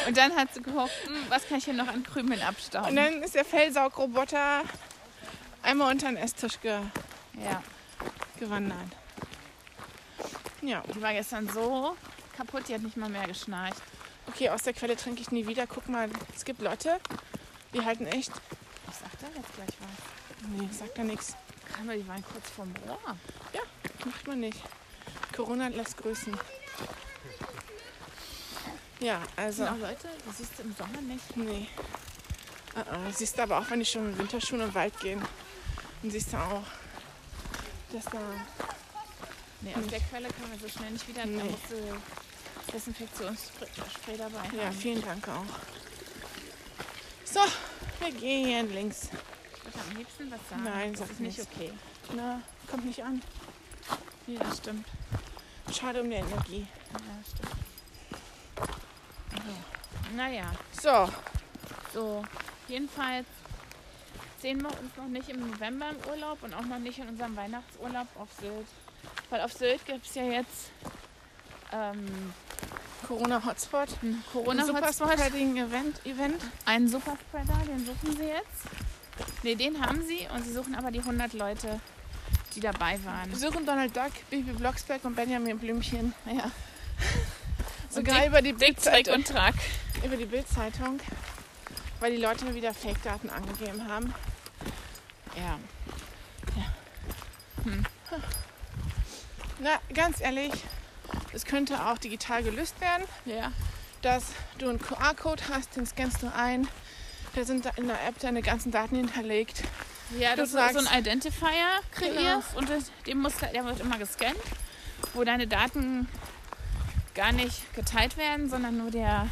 B: Und dann hat sie gehofft, hm, was kann ich hier noch an Krümeln abstauben?
A: und dann ist der Fellsaugroboter einmal unter den Esstisch ge
B: ja.
A: gewandert. Ja,
B: Die war gestern so kaputt, die hat nicht mal mehr geschnarcht.
A: okay, aus der Quelle trinke ich nie wieder. Guck mal, es gibt Leute, die halten echt.
B: Ich sag da jetzt gleich was.
A: Nee, sagt da nichts.
B: Aber die waren kurz vorm Rohr.
A: Macht man nicht. Corona lässt grüßen. Ja, also.
B: So. Auch Oh, Leute, die siehst du im Sommer nicht.
A: Nee. Uh -uh. Siehst du aber auch, wenn die schon mit Winterschuhen im Wald gehen. Dann siehst du auch, dass da.
B: Nee, aus der Quelle können wir so schnell nicht wieder. Da
A: Hm. Nee.
B: musst du Desinfektionsspray dabei
A: Ja,
B: haben.
A: vielen Dank auch. So, wir gehen links.
B: Ich würde am liebsten was sagen.
A: Nein,
B: das
A: sag
B: ist nicht
A: nichts.
B: okay.
A: Na, kommt nicht an.
B: Nee, das stimmt.
A: Schade um die Energie.
B: Ja, das stimmt. Also, naja,
A: So,
B: so. Jedenfalls sehen wir uns noch nicht im November im Urlaub und auch noch nicht in unserem Weihnachtsurlaub auf Sylt. Weil auf Sylt gibt es ja jetzt ähm,
A: Corona-Hotspot.
B: ein
A: Ein super
B: Corona-Hotspot.
A: spreading Event. Event.
B: Einen Superspreader, den suchen sie jetzt. Ne, den haben sie und sie suchen aber die 100 Leute, die dabei waren.
A: Wir suchen Donald Duck, Bibi Blocksberg und Benjamin Blümchen.
B: Ja.
A: Sogar
B: Dick-
A: über die
B: Dick, Trick
A: Bildzeitung.
B: und Track.
A: Über die Bildzeitung. Weil die Leute wieder Fake-Daten angegeben haben.
B: Ja.
A: Hm. Na, ganz ehrlich, es könnte auch digital gelöst werden,
B: Ja.
A: dass du einen QR-Code hast, den scannst du ein. Da sind da in der App deine ganzen Daten hinterlegt.
B: Ja,
A: Du
B: dass du sagst,
A: sagst-
B: so
A: Genau.
B: ein Identifier kreierst und das, den muss, der wird immer gescannt, wo deine Daten gar nicht geteilt werden, sondern nur der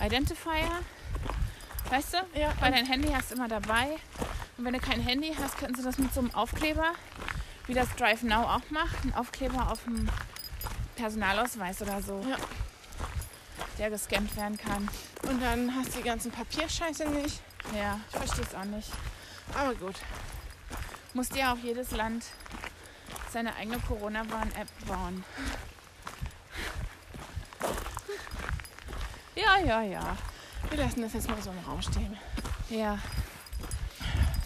B: Identifier. Weißt du?
A: Ja,
B: Weil dein Handy hast du immer dabei. Und wenn du kein Handy hast, kannst du das mit so einem Aufkleber, wie das Drive Now auch macht, einen Aufkleber auf dem Personalausweis oder so,
A: Ja.
B: der gescannt werden kann.
A: und dann hast du die ganzen Papierscheiße nicht.
B: Ja, ich verstehe es auch nicht.
A: Aber gut.
B: muss ja auch jedes Land seine eigene Corona-Warn-App bauen. Ja, ja, ja.
A: Wir lassen das jetzt mal so im Raum stehen.
B: Ja.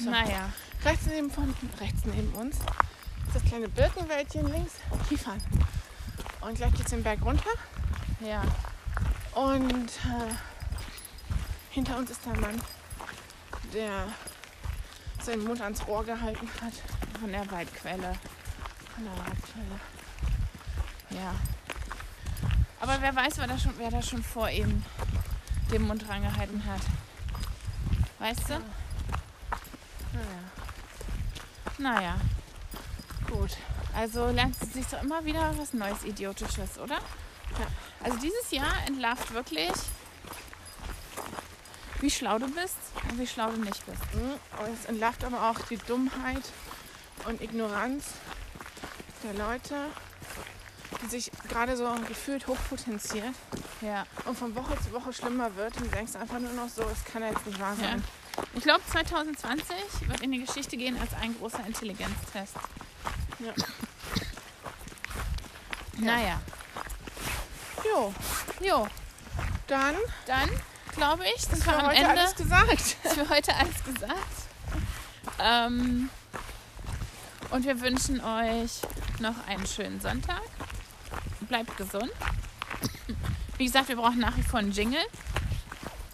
B: Naja.
A: Rechts neben, von, rechts neben uns ist das kleine Birkenwäldchen, links Kiefern. Und gleich geht's den Berg runter.
B: Ja.
A: Und äh, hinter uns ist der Mann, der seinen Mund ans Ohr gehalten hat.
B: Von der Waldquelle.
A: Von der Radquelle.
B: Ja. Aber wer weiß, wer da schon, wer da schon vor ihm den Mund rangehalten hat. Weißt du?
A: Naja.
B: Naja.
A: Gut.
B: Also lernt sie sich doch immer wieder was Neues, Idiotisches, oder?
A: Ja.
B: Also dieses Jahr entlarvt wirklich, wie schlau du bist, Wie schlau du nicht bist.
A: Mhm, Aber es entlarvt aber auch die Dummheit und Ignoranz der Leute, die sich gerade so gefühlt hochpotenziert
B: Ja.
A: und von Woche zu Woche schlimmer wird und du denkst einfach nur noch so, es kann ja jetzt nicht wahr sein.
B: Ich glaube, 2020 wird in die Geschichte gehen als ein großer Intelligenztest.
A: Ja.
B: Naja.
A: Jo,
B: Jo,
A: dann
B: dann glaube ich,
A: haben
B: das war
A: wir
B: am
A: heute
B: Ende *laughs*
A: alles gesagt.
B: ist für heute alles gesagt. Ähm, und wir wünschen euch noch einen schönen Sonntag. Bleibt gesund. Wie gesagt, wir brauchen nach wie vor einen Jingle.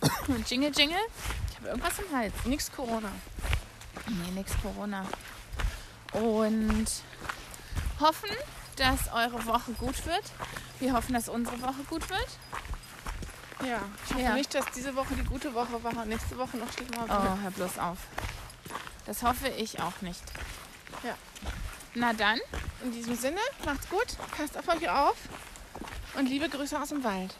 B: *coughs* Jingle, Jingle. Ich habe irgendwas im Hals.
A: Nix Corona.
B: Nee, nix Corona. Und hoffen, dass eure Woche gut wird. Wir hoffen, dass unsere Woche gut wird.
A: Ja, ich hoffe
B: Ja.
A: nicht, dass diese Woche die gute Woche war und nächste Woche noch schlimmer wird.
B: Oh, hör bloß auf. Das hoffe ich auch nicht.
A: Ja.
B: Na dann,
A: In diesem Sinne, macht's gut, passt auf euch auf und liebe Grüße aus dem Wald.